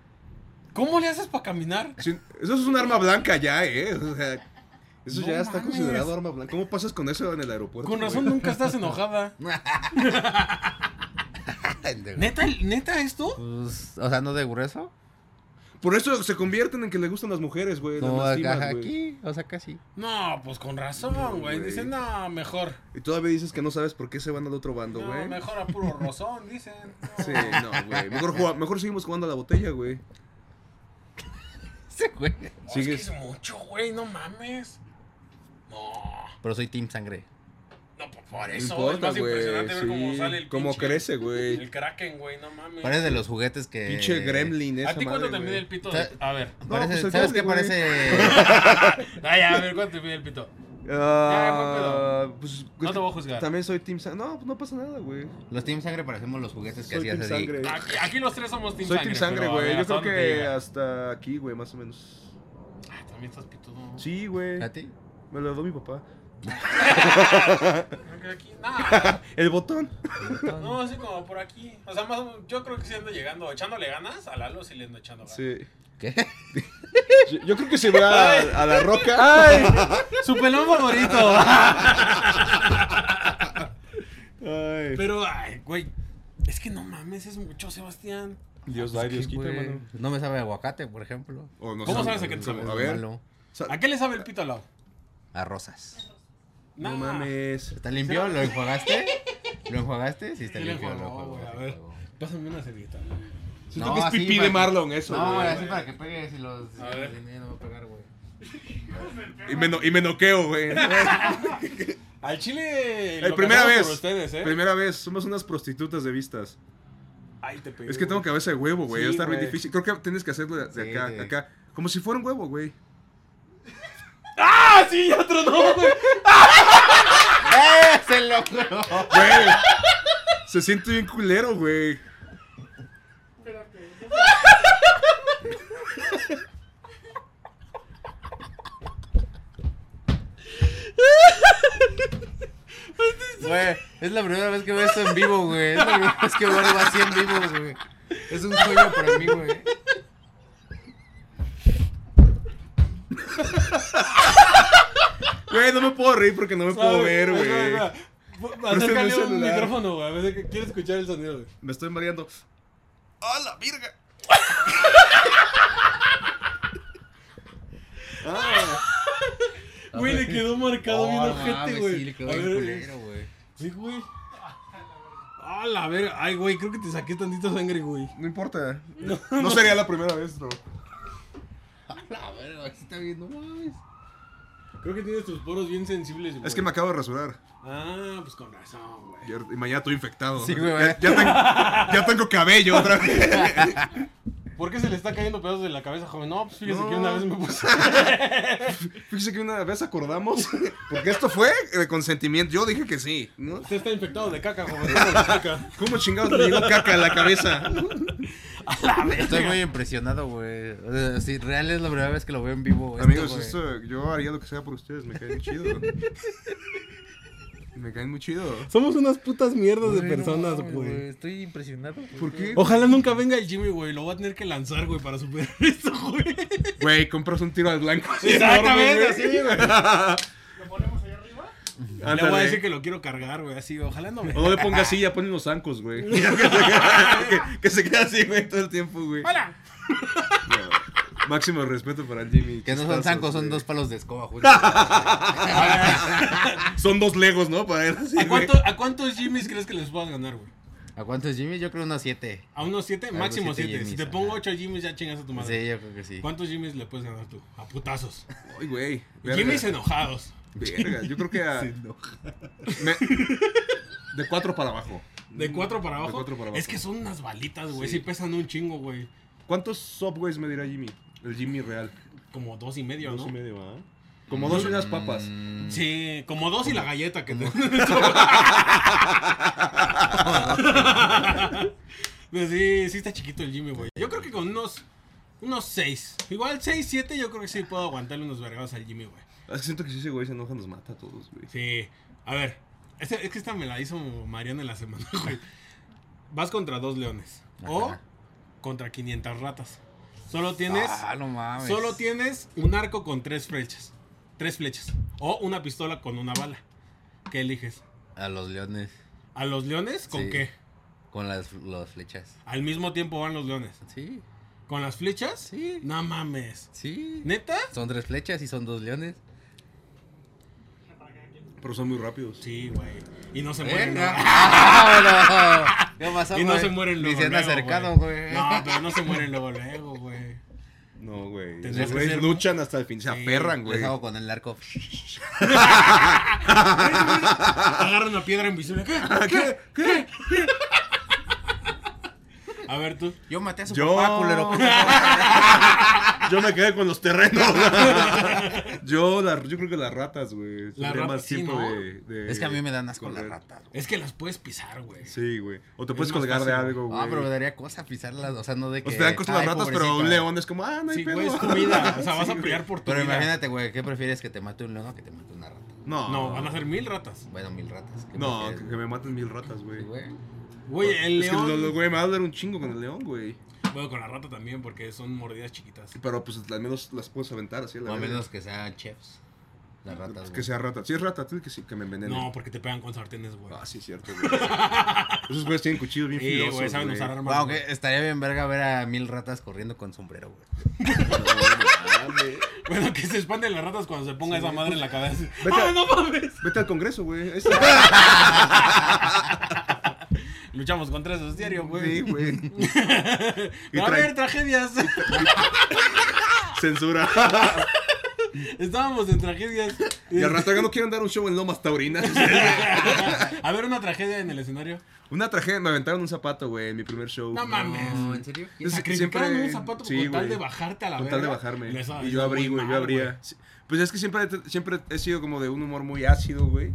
¿Cómo le haces para caminar?
Sí, eso es un arma blanca ya, ¿eh? O sea, eso
No
ya está
mames.
considerado arma blanca. ¿Cómo pasas con eso en el aeropuerto?
Con razón
güey?
nunca estás enojada. ¿Neta, neta esto?
Pues, o sea, no de grueso.
Por eso se convierten en que le gustan las mujeres, güey. las
No,
lastimas,
acá,
güey.
aquí. O sea, casi.
No, pues con razón, güey.
güey.
Dicen, no, mejor.
Y todavía dices que no sabes por qué se van al otro bando,
No,
güey.
mejor a puro rozón, dicen. No.
Sí, no, güey. Mejor, juega- mejor seguimos jugando a la botella, güey.
Sí, güey.
No, es que
Sigues.
es mucho, güey, no mames. No,
Pero soy team sangre.
no, por, por
No
eso. es
importa,
más
güey.
impresionante ver cómo
sí.
sale el
Cómo
pinche-
crece, güey.
El Kraken, güey, no mames.
Parece de los juguetes que.
Pinche gremlin esa
¿A ti cuánto
madre,
te
güey.
mide el pito? de- A ver.
Parece-
pues el
¿Sabes
gremlin,
qué
güey.
parece?
Ay, a ver, ¿cuánto te mide el pito?
Ah, pues,
No te voy a juzgar.
También soy Team Sangre. No, pues no pasa nada, güey.
los team sangre parecemos los juguetes que
Soy
hacías
Team
así.
Sangre.
Aquí, aquí los tres somos Team
Soy
Sangre.
Team Sangre,
pero, a
güey.
ver,
Yo
¿hasta
creo
dónde te
que
llega?
hasta aquí, güey, más o menos.
Ah, también estás pitudo.
Sí, güey.
¿A ti?
Me lo dio mi papá.
Creo que aquí, nah.
El botón.
No, así como por aquí. O sea, más o menos, yo creo que sí ando llegando, echándole ganas a Lalo sí le ando echando ganas.
Sí.
¿Qué?
Yo, yo creo que se va a, a la roca. ¡Ay!
Su pelón favorito. Pero, ay, güey. Es que no mames, es mucho, Sebastián.
Dios da, Dios quita,
Güey,
mano.
No me sabe a aguacate, por ejemplo.
¿Cómo sabes a qué te sabe?
A ver.
Malo.
sa-
¿A qué le sabe el pito al lado?
A rosas.
No
Nah.
mames.
¿Está limpio? ¿Lo enjuagaste? ¿Lo enjuagaste? Sí, está
Sí le
limpio.
enjuagó,
lo
güey, a
enjuagó,
ver.
lo enjuagó.
Pásame una servilleta.
Siento
No,
que es
así
pipí
para
de
que-
Marlon eso,
No,
güey.
así para que pegues y los.
A ver.
los dinero va a pegar, güey.
Y me, no- y me noqueo, güey.
Al chile.
Eh,
lo
primera
casamos
vez.
Por ustedes, ¿eh?
Primera vez. Somos unas prostitutas de vistas.
Ay, te pegué.
Es que tengo
güey.
cabeza de huevo, güey.
Sí,
Va a estar bien
güey.
difícil. Creo que tienes que hacerlo de, de
Sí,
acá,
güey.
acá. Como si fuera un huevo, güey.
¡Ah, sí! Ya tronó, güey.
¡Eh! ¡Se logró!
Güey. Se siente bien culero, güey.
Güey, es la primera vez que veo esto en vivo, güey. Es la primera vez que veo algo así en vivo, güey. Es un sueño para mí, güey.
Güey, no me puedo reír porque no me puedo ver,
Ajá,
güey.
ajá.
es en
Acércale
el
un
celular.
micrófono, güey. A ver, que- quiero escuchar el sonido, güey.
Me estoy mareando. ¡Ah, la virga! Ah,
Güey, le quedó marcado bien ojete, güey.
Sí, le quedó
A
bien
ver,
culero, güey.
Sí, güey. A la verga. Ay, güey, creo que te saqué tantita sangre, güey.
no importa. No sería la primera vez, bro.
A la verga, aquí está bien, no mames.
Creo que tienes tus poros bien sensibles, güey.
Es que me acabo de rasurar.
Ah, pues con razón, güey.
Y ahor- y mañana estoy infectado.
Sí,
¿no?
güey.
Ya, ya tengo, ya tengo cabello otra vez.
¿Por qué se le está cayendo pedazos de la cabeza, joven? No, pues fíjese
No.
que una vez me puse.
Fíjese que una vez acordamos. Porque esto fue de consentimiento. Yo dije que sí, ¿no?
Usted está infectado de caca, joven. ¿Cómo le explica?
¿Cómo chingados le llegó caca a la cabeza?
Estoy
Este
muy impresionado, güey. O sea, sí, real es la primera vez que lo veo en vivo. esto,
Amigos,
güey.
esto, yo haría lo que sea por ustedes. Me caen muy chido. Me caen muy chido.
Somos unas putas mierdas
Güey, no mames, Estoy impresionado. güey.
¿Por qué?
Ojalá nunca venga el Jimmy, güey. Lo voy a tener que lanzar, güey, para superar esto, güey.
Güey, compras un tiro al blanco. así
Exactamente,
enorme,
así, güey.
¿Lo ponemos allá arriba?
Le voy a
Ándale.
decir que lo quiero cargar, güey, así, ojalá no me...
O no le pongas silla, ponen los zancos, güey. que, se queda, que se quede así, güey, todo el tiempo, güey.
¡Hola!
No, Máximo respeto para el Jimmy.
Que no son
Chistazos,
zancos, son
güey.
dos palos de escoba, juntos.
Son dos legos, ¿no? Para él así,
¿A,
güey.
cuánto, ¿A cuántos Jimmys crees que les puedas ganar, güey?
¿A cuántos Jimmy? Yo creo unos siete.
¿A unos siete?
unos
Máximo
siete
siete. si
Jimmys,
te pongo
ajá.
ocho Jimmys, ya chingas a tu madre.
Sí, yo creo que sí.
¿Cuántos Jimmys le puedes ganar tú? A putazos.
Ay, güey. verga.
Jimmys enojados.
Verga, yo creo que a... Me- De cuatro para abajo.
¿De cuatro para abajo?
De cuatro para abajo.
Es que son unas balitas, güey. Sí.
Sí.
pesan un chingo, güey.
¿Cuántos subways me dirá Jimmy? El Jimmy real.
Como dos y medio,
Dos
¿no?
y medio, ¿ah? Como dos y unas papas.
Sí, como dos y la galleta que te... Pero sí, sí está chiquito el Jimmy, güey. Yo creo que con unos... Unos seis. Igual seis, siete, yo creo que sí puedo aguantarle unos vergados al Jimmy, güey.
Es que siento que si ese güey se enoja nos mata a todos, güey.
Sí. A ver, este- es que esta me la hizo Mariana en la semana, güey. Vas contra dos leones. O
Ajá.
contra 500 ratas. Solo tienes...
Ah, no mames.
Solo tienes un arco con tres flechas. Tres flechas. O una pistola con una bala. ¿Qué eliges?
A los leones.
¿A los leones? ¿Con
Sí.
qué?
Con las, las flechas.
Al mismo tiempo van los leones.
Sí,
¿Con las flechas?
Sí.
No mames.
sí.
¿Neta?
Son tres flechas y son dos leones.
Pero son muy rápidos.
Sí, güey. Y no se mueren.
Venga.
¿no?
¡Vámonos! ¿Qué pasó,
Y no
güey?
se mueren
Ni
luego.
se han
luego,
acercado, güey.
No, pero no se mueren luego, luego, güey.
No, güey.
Tendrías
Los
que
güeyes
ser-
luchan hasta el fin. Se
Sí.
aferran, güey.
Les hago con el arco.
Agarra una piedra invisible. ¿Qué?
¿Qué? ¿Qué?
A ver tú.
Yo maté a su
Yo-
papá, culero.
Yo me quedé con los terrenos. yo, la- yo creo que las ratas, güey.
La
Tendría
rata-
más
sí,
tiempo
¿no?
de, de-
Es que a mí me dan asco las
correr.
ratas, güey.
Es que las puedes pisar, güey.
Sí, güey. O te
Es
puedes
más
colgar de
fácil.
algo, güey.
Ah, pero me daría cosa pisarlas, o sea, no de que...
O sea, te dan cosas las
ay,
ratas, pero
pobrecita.
un león es como, ah, no hay
Sí,
pedo.
güey, es comida. O sea, vas a pelear por tu
Pero
vida.
imagínate, güey, ¿qué prefieres que te mate un león o que te mate una rata?
No,
No, van a ser mil ratas.
Bueno, mil ratas. ¿qué
No, que
prefieres,
que me maten mil ratas, güey.
güey?
Güey, el
Es que,
león.
lo- lo- güey, me va a dar un chingo con el león, güey.
Bueno, con la rata también, porque son mordidas chiquitas.
Pero pues al menos las puedes aventar así. a la
O a
verga.
menos que sean chefs. Las ratas,
Pues,
güey.
que sea rata. Si es rata, tú que, sí, que me envenene.
No, porque te pegan con sartenes, güey.
Ah, sí, cierto, güey. Esos güeyes tienen cuchillos bien
Sí,
filosos,
güey, saben usar
güey.
armas.
Wow,
güey.
que estaría bien verga ver a mil ratas corriendo con sombrero, güey.
No, mames.
Bueno, que se espanten las ratas cuando se ponga esa madre en la cabeza.
Vete a-
¡Ah, no mames!
Vete al Congreso, güey. Ahí está.
Luchamos contra esos diarios,
Sí,
güey.
güey.
Va a
tra-
haber tragedias.
Censura.
Estábamos en tragedias.
Y al rato no quieren dar un show en Lomas Taurinas.
A ver, una tragedia en el escenario.
Una tragedia, me aventaron un zapato, güey, en mi primer show.
No mames.
No, ¿en serio?
Es-
Sacrificaron
siempre-
un zapato
sí,
con tal
güey.
de bajarte a la
con
verga.
tal de bajarme.
Y eso- eso
y yo abrí,
muy
güey, yo
mal,
abría.
güey.
Sí. Pues es que siempre, siempre he sido como de un humor muy ácido, güey.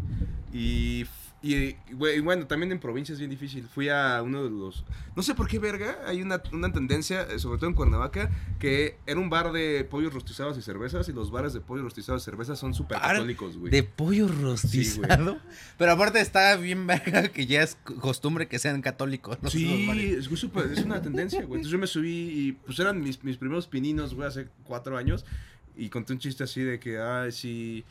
Y, y, güey, y bueno, también en provincia es bien difícil. Fui a uno de los... No sé por qué, verga, hay una, una tendencia, eh, sobre todo en Cuernavaca, que era un bar de pollos rostizados y cervezas, y los bares de pollos rostizados y cervezas son súper
Bar
católicos, güey.
De pollo rostizado. Pero aparte está bien verga que ya es c- costumbre que sean católicos. ¿no? Los
Sí,
bares.
es, güey, súper- es una tendencia, güey. Entonces yo me subí y pues eran mis, mis primeros pininos, güey, hace cuatro años. Y conté un chiste así de que, ay, sí.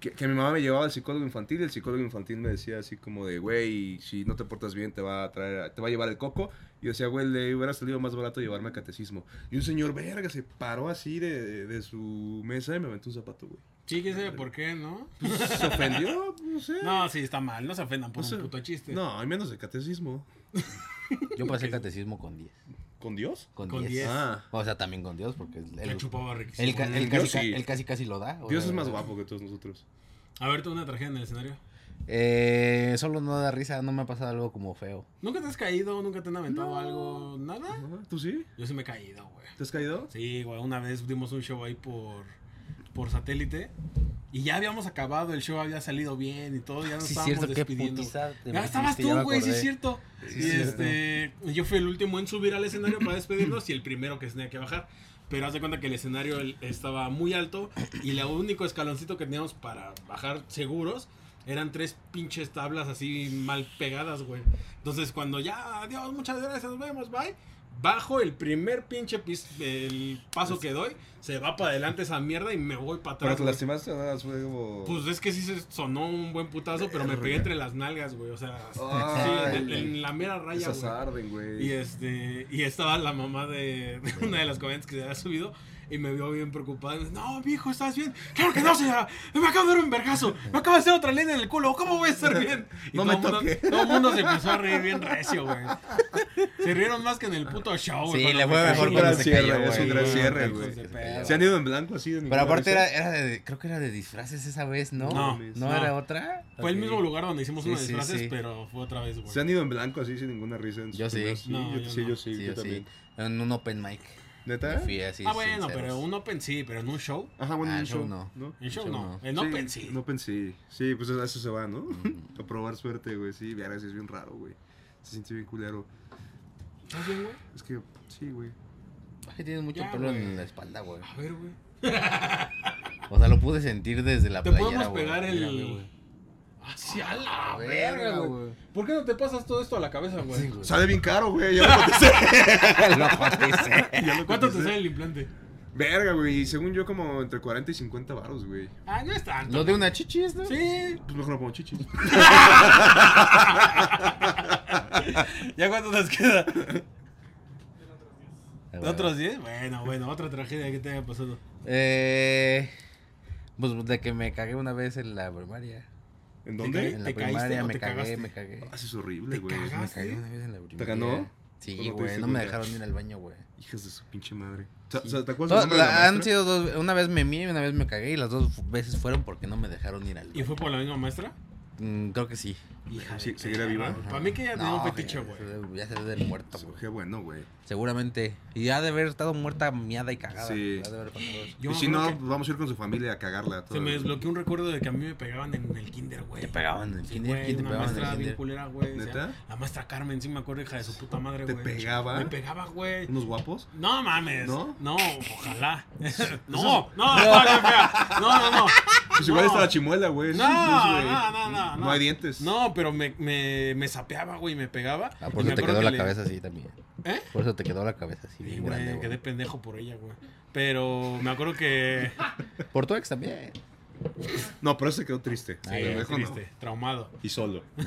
Que, que mi mamá me llevaba al psicólogo infantil y el psicólogo infantil me decía así como de, güey, si no te portas bien te va a traer, a- te va a llevar el coco. Y yo decía, güey, le hubiera salido más barato llevarme a catecismo. Y un señor, verga, se paró así de, de- de su mesa y me aventó un zapato, güey.
Sí, quién sabe por qué, ¿no?
Pues, se ofendió, no sé.
No, sí, está mal. No se ofendan por
No sé.
un puto chiste.
No, al menos de catecismo.
Yo pasé el catecismo con 10.
¿Con Dios?
Con
Con
10.
diez.
Ah.
O sea, también con Dios, porque el,
Le
el,
chupaba riquísimo.
el ca- el
Yo
casi,
sí.
el casi casi lo da. o-
Dios es más guapo que todos nosotros.
A ver, tú una tragedia en el escenario.
Eh, solo no da risa, no me ha pasado algo como feo.
¿Nunca te has caído? ¿Nunca te han aventado algo? ¿Nada?
Ajá, ¿Tú sí?
Yo sí me he caído, güey.
¿Te has caído?
Sí, güey, una vez dimos un show ahí por, por satélite y ya habíamos acabado, el show había salido bien y todo, ya nos
Sí,
estábamos
cierto, qué
despidiendo.
putiza te
Ya estabas
metiste, ya
tú,
me
güey, sí es
acordé.
cierto.
Sí,
y
es cierto.
este, yo fui el último en subir al escenario para despedirnos y el primero que se tenía que bajar. Pero haz de cuenta que el escenario el- estaba muy alto y el único escaloncito que teníamos para bajar seguros eran tres pinches tablas así mal pegadas, güey. Entonces, cuando ya, adiós, muchas gracias, nos vemos, bye. Bajo el primer pinche pis- el paso que doy, se va para adelante esa mierda y me voy para
Pero
atrás.
te
güey.
lastimaste o nada, fue como.
Pues es que sí se sonó un buen putazo, pero me pegué entre las nalgas, güey. O sea,
Ay,
sí, en, en la mera raya,
Esas
güey.
arden, güey.
Y este, y estaba la mamá de, de una de las comediantes que se había subido y me vio bien preocupada. Y me dice, no, viejo, ¿estás bien? Claro que no, señora. Me acabo de dar un vergazo. Me acabo de hacer otra línea en el culo. ¿Cómo voy a estar bien? Y
No
todo
me
el mundo-
toque.
Todo el mundo se empezó a reír bien recio, güey. Se rieron más que en el puto show, güey.
Sí,
cuando
le
me
fue
caí,
mejor
güey.
cuando
gran
se
cierre,
cayó,
es un
güey.
gran cierre,
hijos
güey.
de perra.
¿Se han ido en blanco así? de ninguna
Pero aparte era,
risa?
era de, creo que era de disfraces esa vez, ¿no?
No, no.
era otra.
Fue el
Ok.
mismo lugar donde hicimos
Sí,
unos
sí,
disfraces,
sí.
pero fue otra vez, güey.
¿Se han ido en blanco así sin ninguna risa? En sus
Yo sí.
primeros-
No,
yo,
yo
sí,
no.
yo sí,
Sí,
yo
yo sí.
también.
En un open mic. Me
¿Neta?
fui así.
ah, bueno,
sinceros.
pero un open sí, pero en un show.
Ajá, bueno,
Ah,
en un
el show
show.
no.
En show,
show
Eh, no.
no.
En open sí.
No pensé. Sí, pues a eso se va, ¿no? A probar suerte, güey. Sí, verga, sí es bien raro, güey. Se siente bien culero.
¿Estás bien, güey?
Es que, sí, güey.
Ay, tienes mucho
Ya,
pelo
güey.
en la espalda, güey.
A ver, güey.
O sea, lo pude sentir desde la
Te
playera,
podemos
güey.
pegar el-
Mírame, güey.
Hacia la
Verga,
verga, güey.
güey.
¿Por qué no te pasas todo esto a la cabeza, güey?
Sí, güey.
Sale bien caro, güey. Ya lo contesté.
Lo coticé.
ya
¿Cuánto
lo
te
contesté.
sale el implante?
Verga, güey. y Según yo, como entre 40 y 50 baros, güey.
Ah, no es tanto.
Lo de una chichis, ¿no?
Sí.
Pues mejor no pongo chichis.
¿Ya cuánto nos queda?
Ah, güey.
¿Otros 10? Bueno, bueno, otra tragedia que te haya pasado.
Eh. Pues de que me cagué una vez en la primaria.
caí?
¿En dónde?
En la
¿Te caíste
primaria
o
me
te
cagué,
cagaste?
me cagué.
Ah, sí, es horrible,
¿Te
güey.
cagas?
Me cagué una vez en la primaria.
ganó? ¿O no
Sí,
te
güey.
diste
No me
cuenta?
dejaron ir al baño, güey.
Hijas de su pinche madre. O sea, o sea, ¿Te acuerdas
Todas-
del nombre de la
han
maestra?
sido dos, una vez me mié y una vez me cagué y las dos veces fueron porque no me dejaron ir al
¿Y
baño.
fue por la misma maestra?
Mm, creo que sí.
Hija
Ah, Sí,
de
¿seguirá viva?
perra. Para mí que ya tenía un fetiche,
ya-
güey.
Ya se ve del muerto, güey.
Qué bueno, güey.
Seguramente. Y ha de haber estado muerta, miada y cagada.
Sí.
Ha de haber pasado eso.
Yo
y
me
si
acuerdo
no, pues,
que
vamos a ir con su familia a cagarla.
Se me
todavía.
desbloqueó un recuerdo de que a mí me pegaban en el kinder, güey.
Te pegaban en el
Sí,
kinder,
güey,
¿quién te
una
pegaba en el
maestra bien
kinder?
culera, güey. o sea,
¿Neta?
la maestra Carmen, sí me acuerdo, hija de su puta madre,
¿Te
güey.
pegaba?
Me pegaba, güey.
¿Unos guapos?
No mames.
¿No?
¿No? ojalá. no, no, no, no, qué fea. no, no, no.
Pues igual
Ah, No.
está la chimuela, güey.
No,
Esos dos, güey.
no, no, no,
No
no.
hay dientes.
No, pero me, me, me sapeaba, güey, me pegaba.
Ah,
Y
por
me
eso te
acuerdo
quedó
que
la
le-
cabeza así también.
¿Eh?
Por eso te quedó la cabeza así,
Sí,
bien
güey,
grande, güey.
quedé pendejo por ella, güey. Pero me acuerdo que.
Ah, Por tu ex también.
No, pero ese quedó triste.
Sí,
Ay,
Pendejo, no.
triste, traumado.
Y solo.
no,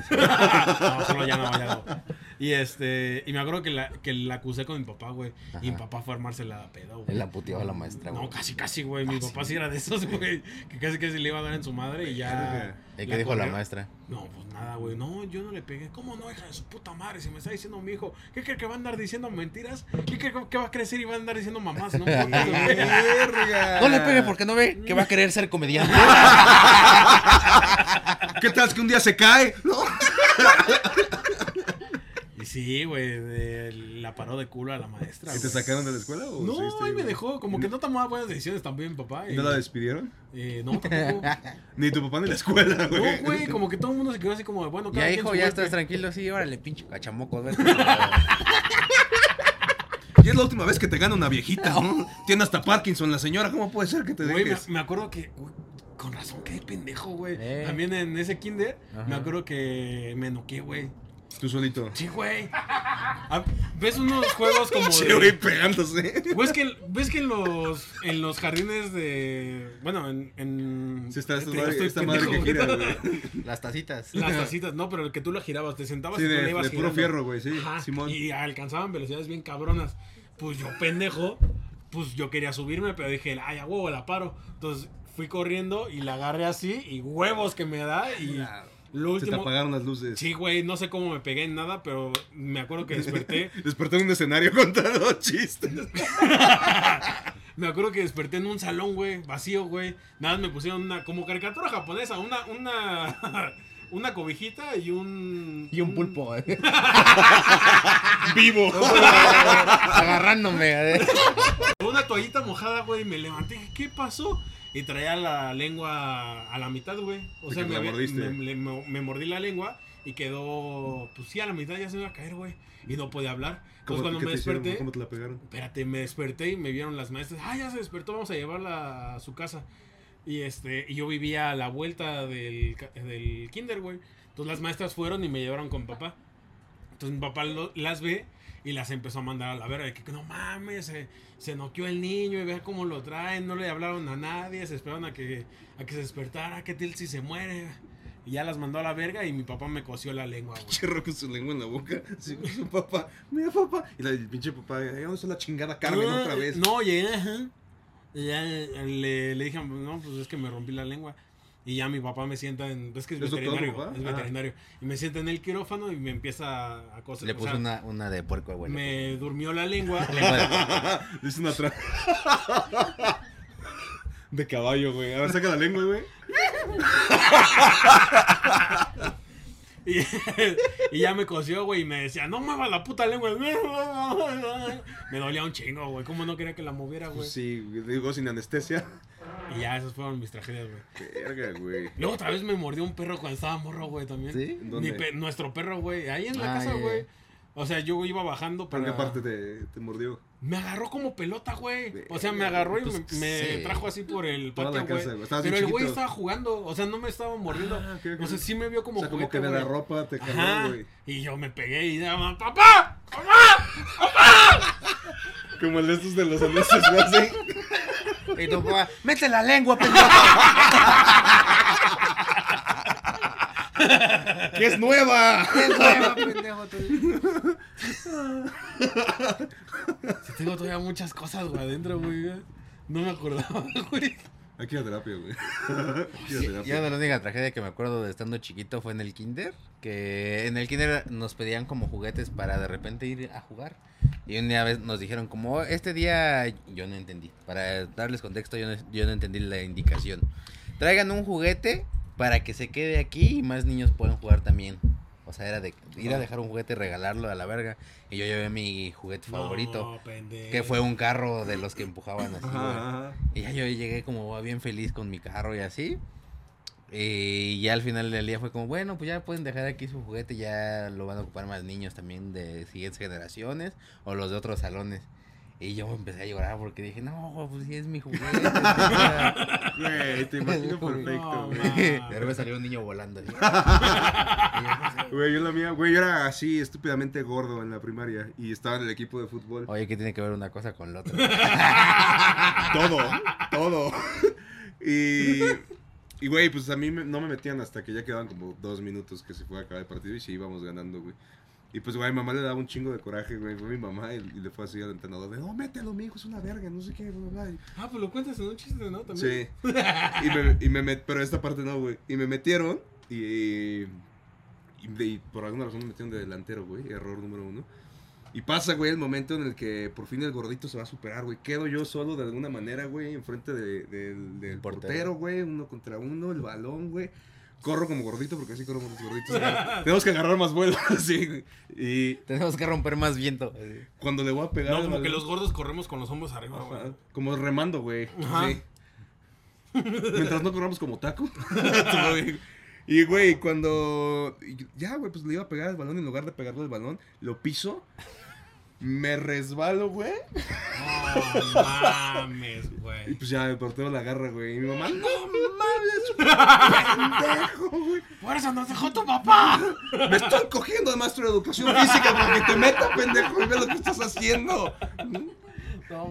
solo ya no, ya no. Y este, y me acuerdo que la, que la acusé con mi papá, güey. Y mi
Ajá.
papá fue a armarse la pedo, güey.
Él la puteaba a la maestra, güey.
No, casi, casi, güey. Mi
Ah,
papá
sí.
sí era de esos, güey. Que casi, casi le iba a dar en su madre y ya.
¿Y
la
qué dijo la
corrió.
maestra?
No, pues nada, güey. No, yo no le pegué. ¿Cómo no, hija de su puta madre? Si me está diciendo mi hijo, ¿qué cree que va a andar diciendo mentiras? ¿Qué cree que va a crecer y va a andar diciendo mamás? No, puto, güey.
Verga.
No le pegue porque no ve que va a querer ser comediante.
¿Qué tal que un día se cae? No.
Y sí, güey. de- La paró de culo a la maestra.
¿Y te
güey.
sacaron de la escuela? O
No,
seguiste
ahí me
güey?
dejó. Como que no tomaba buenas decisiones también, mi papá.
¿Y
y-
¿No la despidieron?
eh, no, tampoco.
Ni tu papá ni la escuela, güey.
No, güey. Como que todo el mundo se quedó así como de, bueno, cada
ya,
quien
hijo,
su
ya
golpe.
estás tranquilo. Sí, órale, pinche cachamoco. vete.
Y es la última vez que te gana una viejita, ¿no? Tiene hasta Parkinson la señora. ¿Cómo puede ser que te
Güey, me,
dejes?
me acuerdo que. güey, con razón, qué pendejo, güey.
Eh.
También en ese kinder, me
Ajá.
acuerdo que me noqué, güey.
Tú solito.
Sí, güey. Ah, ¿Ves unos juegos como.
Sí,
de-
güey, pegándose.
¿Ves que, ves que en, los, en los jardines de. Bueno, en. en
Sí, está esta
Te-
madre,
estoy
esta madre que
pendejo, Pues,
gira,
güey.
güey.
Las tacitas.
Las tacitas, no, pero el que tú la girabas, te sentabas
Sí,
y tú
de-
la ibas
de puro
girando.
fierro, güey, sí,
Ajá,
Simón.
Y alcanzaban velocidades bien cabronas. Pues yo, pendejo, pues yo quería subirme, pero dije, ay, a huevo, la paro. Entonces fui corriendo y la agarré así y huevos que me da y lo
Se te
último...
apagaron las luces.
Sí, güey, no sé cómo me pegué en nada, pero me acuerdo que desperté.
Desperté en un escenario contando chistes.
Me acuerdo que desperté en un salón, güey, vacío, güey. Nada más me pusieron una, como caricatura japonesa, una, una, una cobijita y un...
Y un pulpo. eh,
Vivo.
Agarrándome. eh.
Una toallita mojada, güey, y me levanté. dije, ¿Qué pasó? Y traía la lengua a la mitad, güey. O
De
sea,
que
me,
la
había-
mordiste.
me- me- me- me mordí la lengua y quedó, pues sí, a la mitad ya se me iba a caer, güey. Y no podía hablar. Entonces cuando me desperté,
¿Cómo te la pegaron?
espérate, me desperté y me vieron las maestras. Ah, ya se despertó, vamos a llevarla a su casa. Y este, y yo vivía a la vuelta del, ca- del kinder, güey. Entonces las maestras fueron y me llevaron con papá. Entonces mi papá lo- las ve y las empezó a mandar a la verga. de Que no mames, se, se noqueó el niño y vea cómo lo traen. No le hablaron a nadie, se esperaron a que, a que se despertara. ¿Qué tal si se muere? Y ya las mandó a la verga y mi papá me coció la lengua, güey.
Cherro con su lengua en la boca, así con su papá, mira papá, y la, el pinche papá, "Ay, ¿dónde está la chingada Carmen
Ah,
otra vez?
No, llegué, ajá. Y ya eh, le, le dije, no, pues es que me rompí la lengua. Y ya mi papá me sienta en. Es que es,
¿Es doctor tu
veterinario.
papá?
es
Ah.
veterinario. Y me sienta en el quirófano y me empieza a- a cosas.
Le
o
puso
sea,
una, una de puerco, güey.
Me durmió la lengua.
Le hice una tra... De caballo, güey. A ver, saca la lengua, güey.
Y, y ya me cosió, güey, y me decía, no mueva la puta lengua. Me dolía un chingo, güey. ¿Cómo no quería que la moviera, güey?
Pues sí, güey, digo, sin anestesia.
Y ya, esas fueron mis tragedias, güey.
Verga, güey.
Luego otra vez me mordió un perro cuando estaba morro, güey, también.
¿Sí?
Mi
¿Dónde?
pe- nuestro perro, güey. Ahí en la
Ah,
casa,
ya, ya.
güey. O sea, yo iba bajando
¿Por
para...
qué parte te, te mordió?
Me agarró como pelota, güey. O
Verga,
sea, me agarró y
pues,
me, me
sí.
trajo así por el
Toda la
patio,
casa, güey.
güey.
Estabas bien
Pero el güey
chiquito.
estaba jugando. O sea, no me estaba mordiendo.
Ah, ok, ok.
O sea, sí me vio como
o sea, como
juguete,
que de la
güey.
ropa te
Ajá.
cargó, güey.
Y yo me pegué y daba, ¡papá! ¡Papá!
Como el de estos de los anestesios, güey. así.
güey. Y tu papá, mete la lengua, pendejo.
¡Que es nueva!
Es nueva, pendejo. tú.
Sí, tengo todavía muchas cosas, güey, adentro, güey. No me acordaba, güey.
Aquí a terapia, güey. Aquí a terapia.
Yo de la única tragedia que me acuerdo de estando chiquito fue en el kinder. Que en el kinder nos pedían como juguetes para de repente ir a jugar. Y una vez nos dijeron como, este día yo no entendí. Para darles contexto, yo no, yo no entendí la indicación. Traigan un juguete para que se quede aquí y más niños puedan jugar también. O sea, era de ir a dejar un juguete y regalarlo a la verga. Y yo llevé mi juguete favorito.
No, pendejo.
Que fue un carro de los que empujaban así, güey.
Ajá, ajá.
Y ya yo llegué como bien feliz con mi carro y así. Eh, Y ya al final del día fue como, bueno, pues ya pueden dejar aquí su juguete, ya lo van a ocupar más niños también de siguientes generaciones o los de otros salones. Y yo empecé a llorar porque dije, no, güey, pues sí es mi juguete. o sea".
Güey, te imagino
No,
perfecto, güey.
mames.
de repente salió un niño volando. así.
Güey, yo la mía, güey, yo era así estúpidamente gordo en la primaria y estaba en el equipo de fútbol.
Oye, ¿qué tiene que ver una cosa con la otra?
Todo, todo. Y, y güey, pues a mí me- no me metían hasta que ya quedaban como dos minutos que se fue a acabar el partido y sí íbamos ganando, güey. Y pues, güey, mi mamá le daba un chingo de coraje, güey. Fue mi mamá y, y le fue así al entrenador de, no, mételo, mi hijo, es una verga, no sé qué, bla, bla, bla. Y-
Ah, pues lo cuentas en un chiste, ¿no? También.
Sí. Y me, y me met- pero esta parte no, güey. Y me metieron y, y, de- y por alguna razón me metieron de delantero, güey. Error número uno. Y pasa, güey, el momento en el que por fin el gordito se va a superar, güey. Quedo yo solo de alguna manera, güey, enfrente de- del, del
El portero.
portero, güey. Uno contra uno, el balón, güey. Corro como gordito porque así corro como los gorditos. güey. Tenemos que agarrar más vuelo, sí, güey. Y
Tenemos que romper más viento.
cuando le voy a pegar.
No,
al
como que
balón-
los gordos corremos con los hombros arriba, güey.
Ajá, Como remando, güey.
Ajá.
Sí. Mientras no corramos como taco. Todo bien. y, güey, cuando... y Ya, güey, pues le iba a pegar el balón. En lugar de pegarle el balón, lo piso. Me resbalo, güey.
No mames,
Y
güey.
pues ya el portero la agarra, güey. Y mi mamá, no mames, pendejo, güey.
Por eso nos dejó tu papá.
Me estoy cogiendo al maestro de educación física para que te meta, pendejo, y ve lo que estás haciendo.
No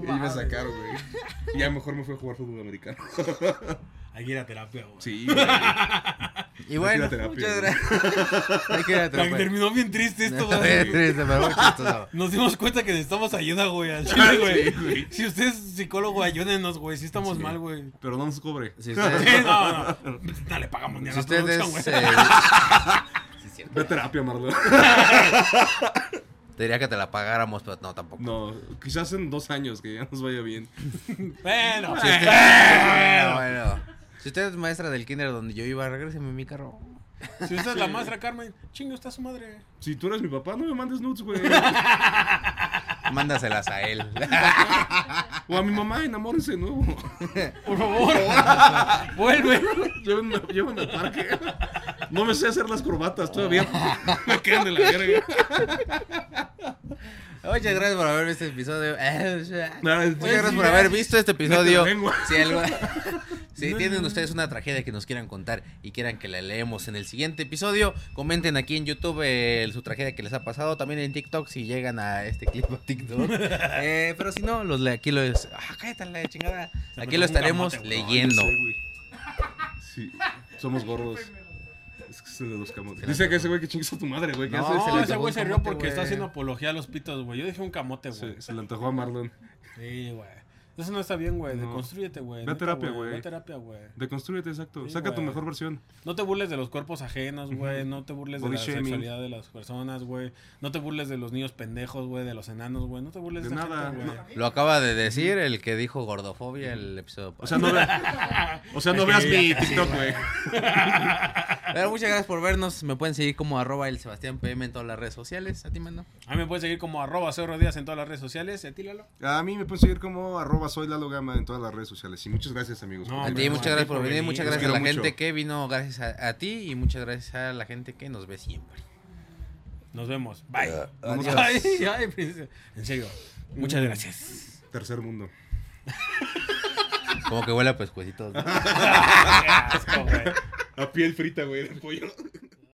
Y ahí me sacaron, güey. Y Ya mejor me fui a jugar fútbol americano.
Hay que ir a terapia, güey.
Sí, güey.
Y bueno,
Hay que ir a terapia,
muchas
güey.
gracias. Hay que ir a
Frank,
terapia.
terminó bien triste esto,
Está
güey.
bien triste, pero muy chistoso.
Nos dimos cuenta que necesitamos ayuda, güey. Al chile, Ah, güey.
Sí, güey.
si usted es psicólogo, ayúdenos, güey. Si estamos mal, güey.
Pero no nos cobre.
Si
Sí,
ustedes-
no, no. No le pagamos ni a
si
la producción, güey.
ustedes... eh, sí, es
Ve
cierto.
a terapia, Marlon.
Te diría que te la pagáramos, pero no, tampoco.
No, quizás en dos años que ya nos vaya bien.
Bueno,
eh, Si usted-
bueno.
bueno, bueno. Si usted es maestra del kinder donde yo iba, regréseme mi carro.
Si usted es la maestra Carmen, chingue usted a su madre.
Si tú eres mi papá, no me mandes nudes, güey.
Mándaselas a él.
O a mi mamá, enamórense de nuevo.
Por favor. Vuelve.
Llévenme, llévenme al parque. No me sé hacer las corbatas todavía. Me quedan de la verga.
Muchas gracias por haber visto este episodio.
No, es-
Muchas gracias por haber visto este
Mete
episodio.
la lengua.
Si, algo- si tienen ustedes una tragedia que nos quieran contar y quieran que la leemos en el siguiente episodio, comenten aquí en YouTube eh, su tragedia que les ha pasado. También en TikTok si llegan a este clip a TikTok. Eh, pero si no, los le- aquí los. Ah, cállate la chingada.
Se me
Aquí lo
tocó un
estaremos
camote, güey.
leyendo.
Sí, güey. Sí, somos gordos. Es que se le los camotes. Dice que ese güey que chingues a tu madre, güey. que ese-
se
No,
le
ese
acabó
güey
el
se rió
camote,
porque
güey.
está haciendo apología a los pitos, güey. Yo dije un camote, güey.
se, se le antojó a Marlon.
Sí, güey. Eso no está bien, güey.
No.
Deconstrúyete, güey.
Ve a
Neta,
terapia,
Ve
güey.
a terapia, güey.
Deconstrúyete, exacto.
Sí,
Saca tu
güey.
mejor versión.
No te burles de los cuerpos ajenos, güey. No te burles de
Body
la
shaming.
sexualidad de las personas, güey. No te burles de los niños pendejos, güey. De los enanos, güey. No te burles de,
De
esa
nada,
gente,
no.
güey.
Lo acaba de decir el que dijo gordofobia el episodio.
O sea, no, ve- o sea, no veas mi TikTok, güey.
Pero muchas gracias por vernos. Me pueden seguir como arroba el Sebastián PM en todas las redes sociales. A ti, mando.
A mí me pueden seguir como arroba Zorro Díaz en todas las redes sociales. ¿Y a ti, Lalo?
A mí me pueden seguir como arroba soy Lalo Gama en todas las redes sociales. Y muchas gracias, amigos.
No,
A
hombre,
ti, muchas gracias por venir. Muchas
Los
gracias a la
quiero mucho.
gente que vino gracias a, a ti y muchas gracias a la gente que nos ve siempre.
Nos vemos. Bye.
Adiós. Mm.
Ay, ay, princesa. en serio. Muchas gracias.
Tercer mundo.
Como que huele a pescuecitos. ¿no?
Qué asco, güey.
A piel frita, güey, de pollo.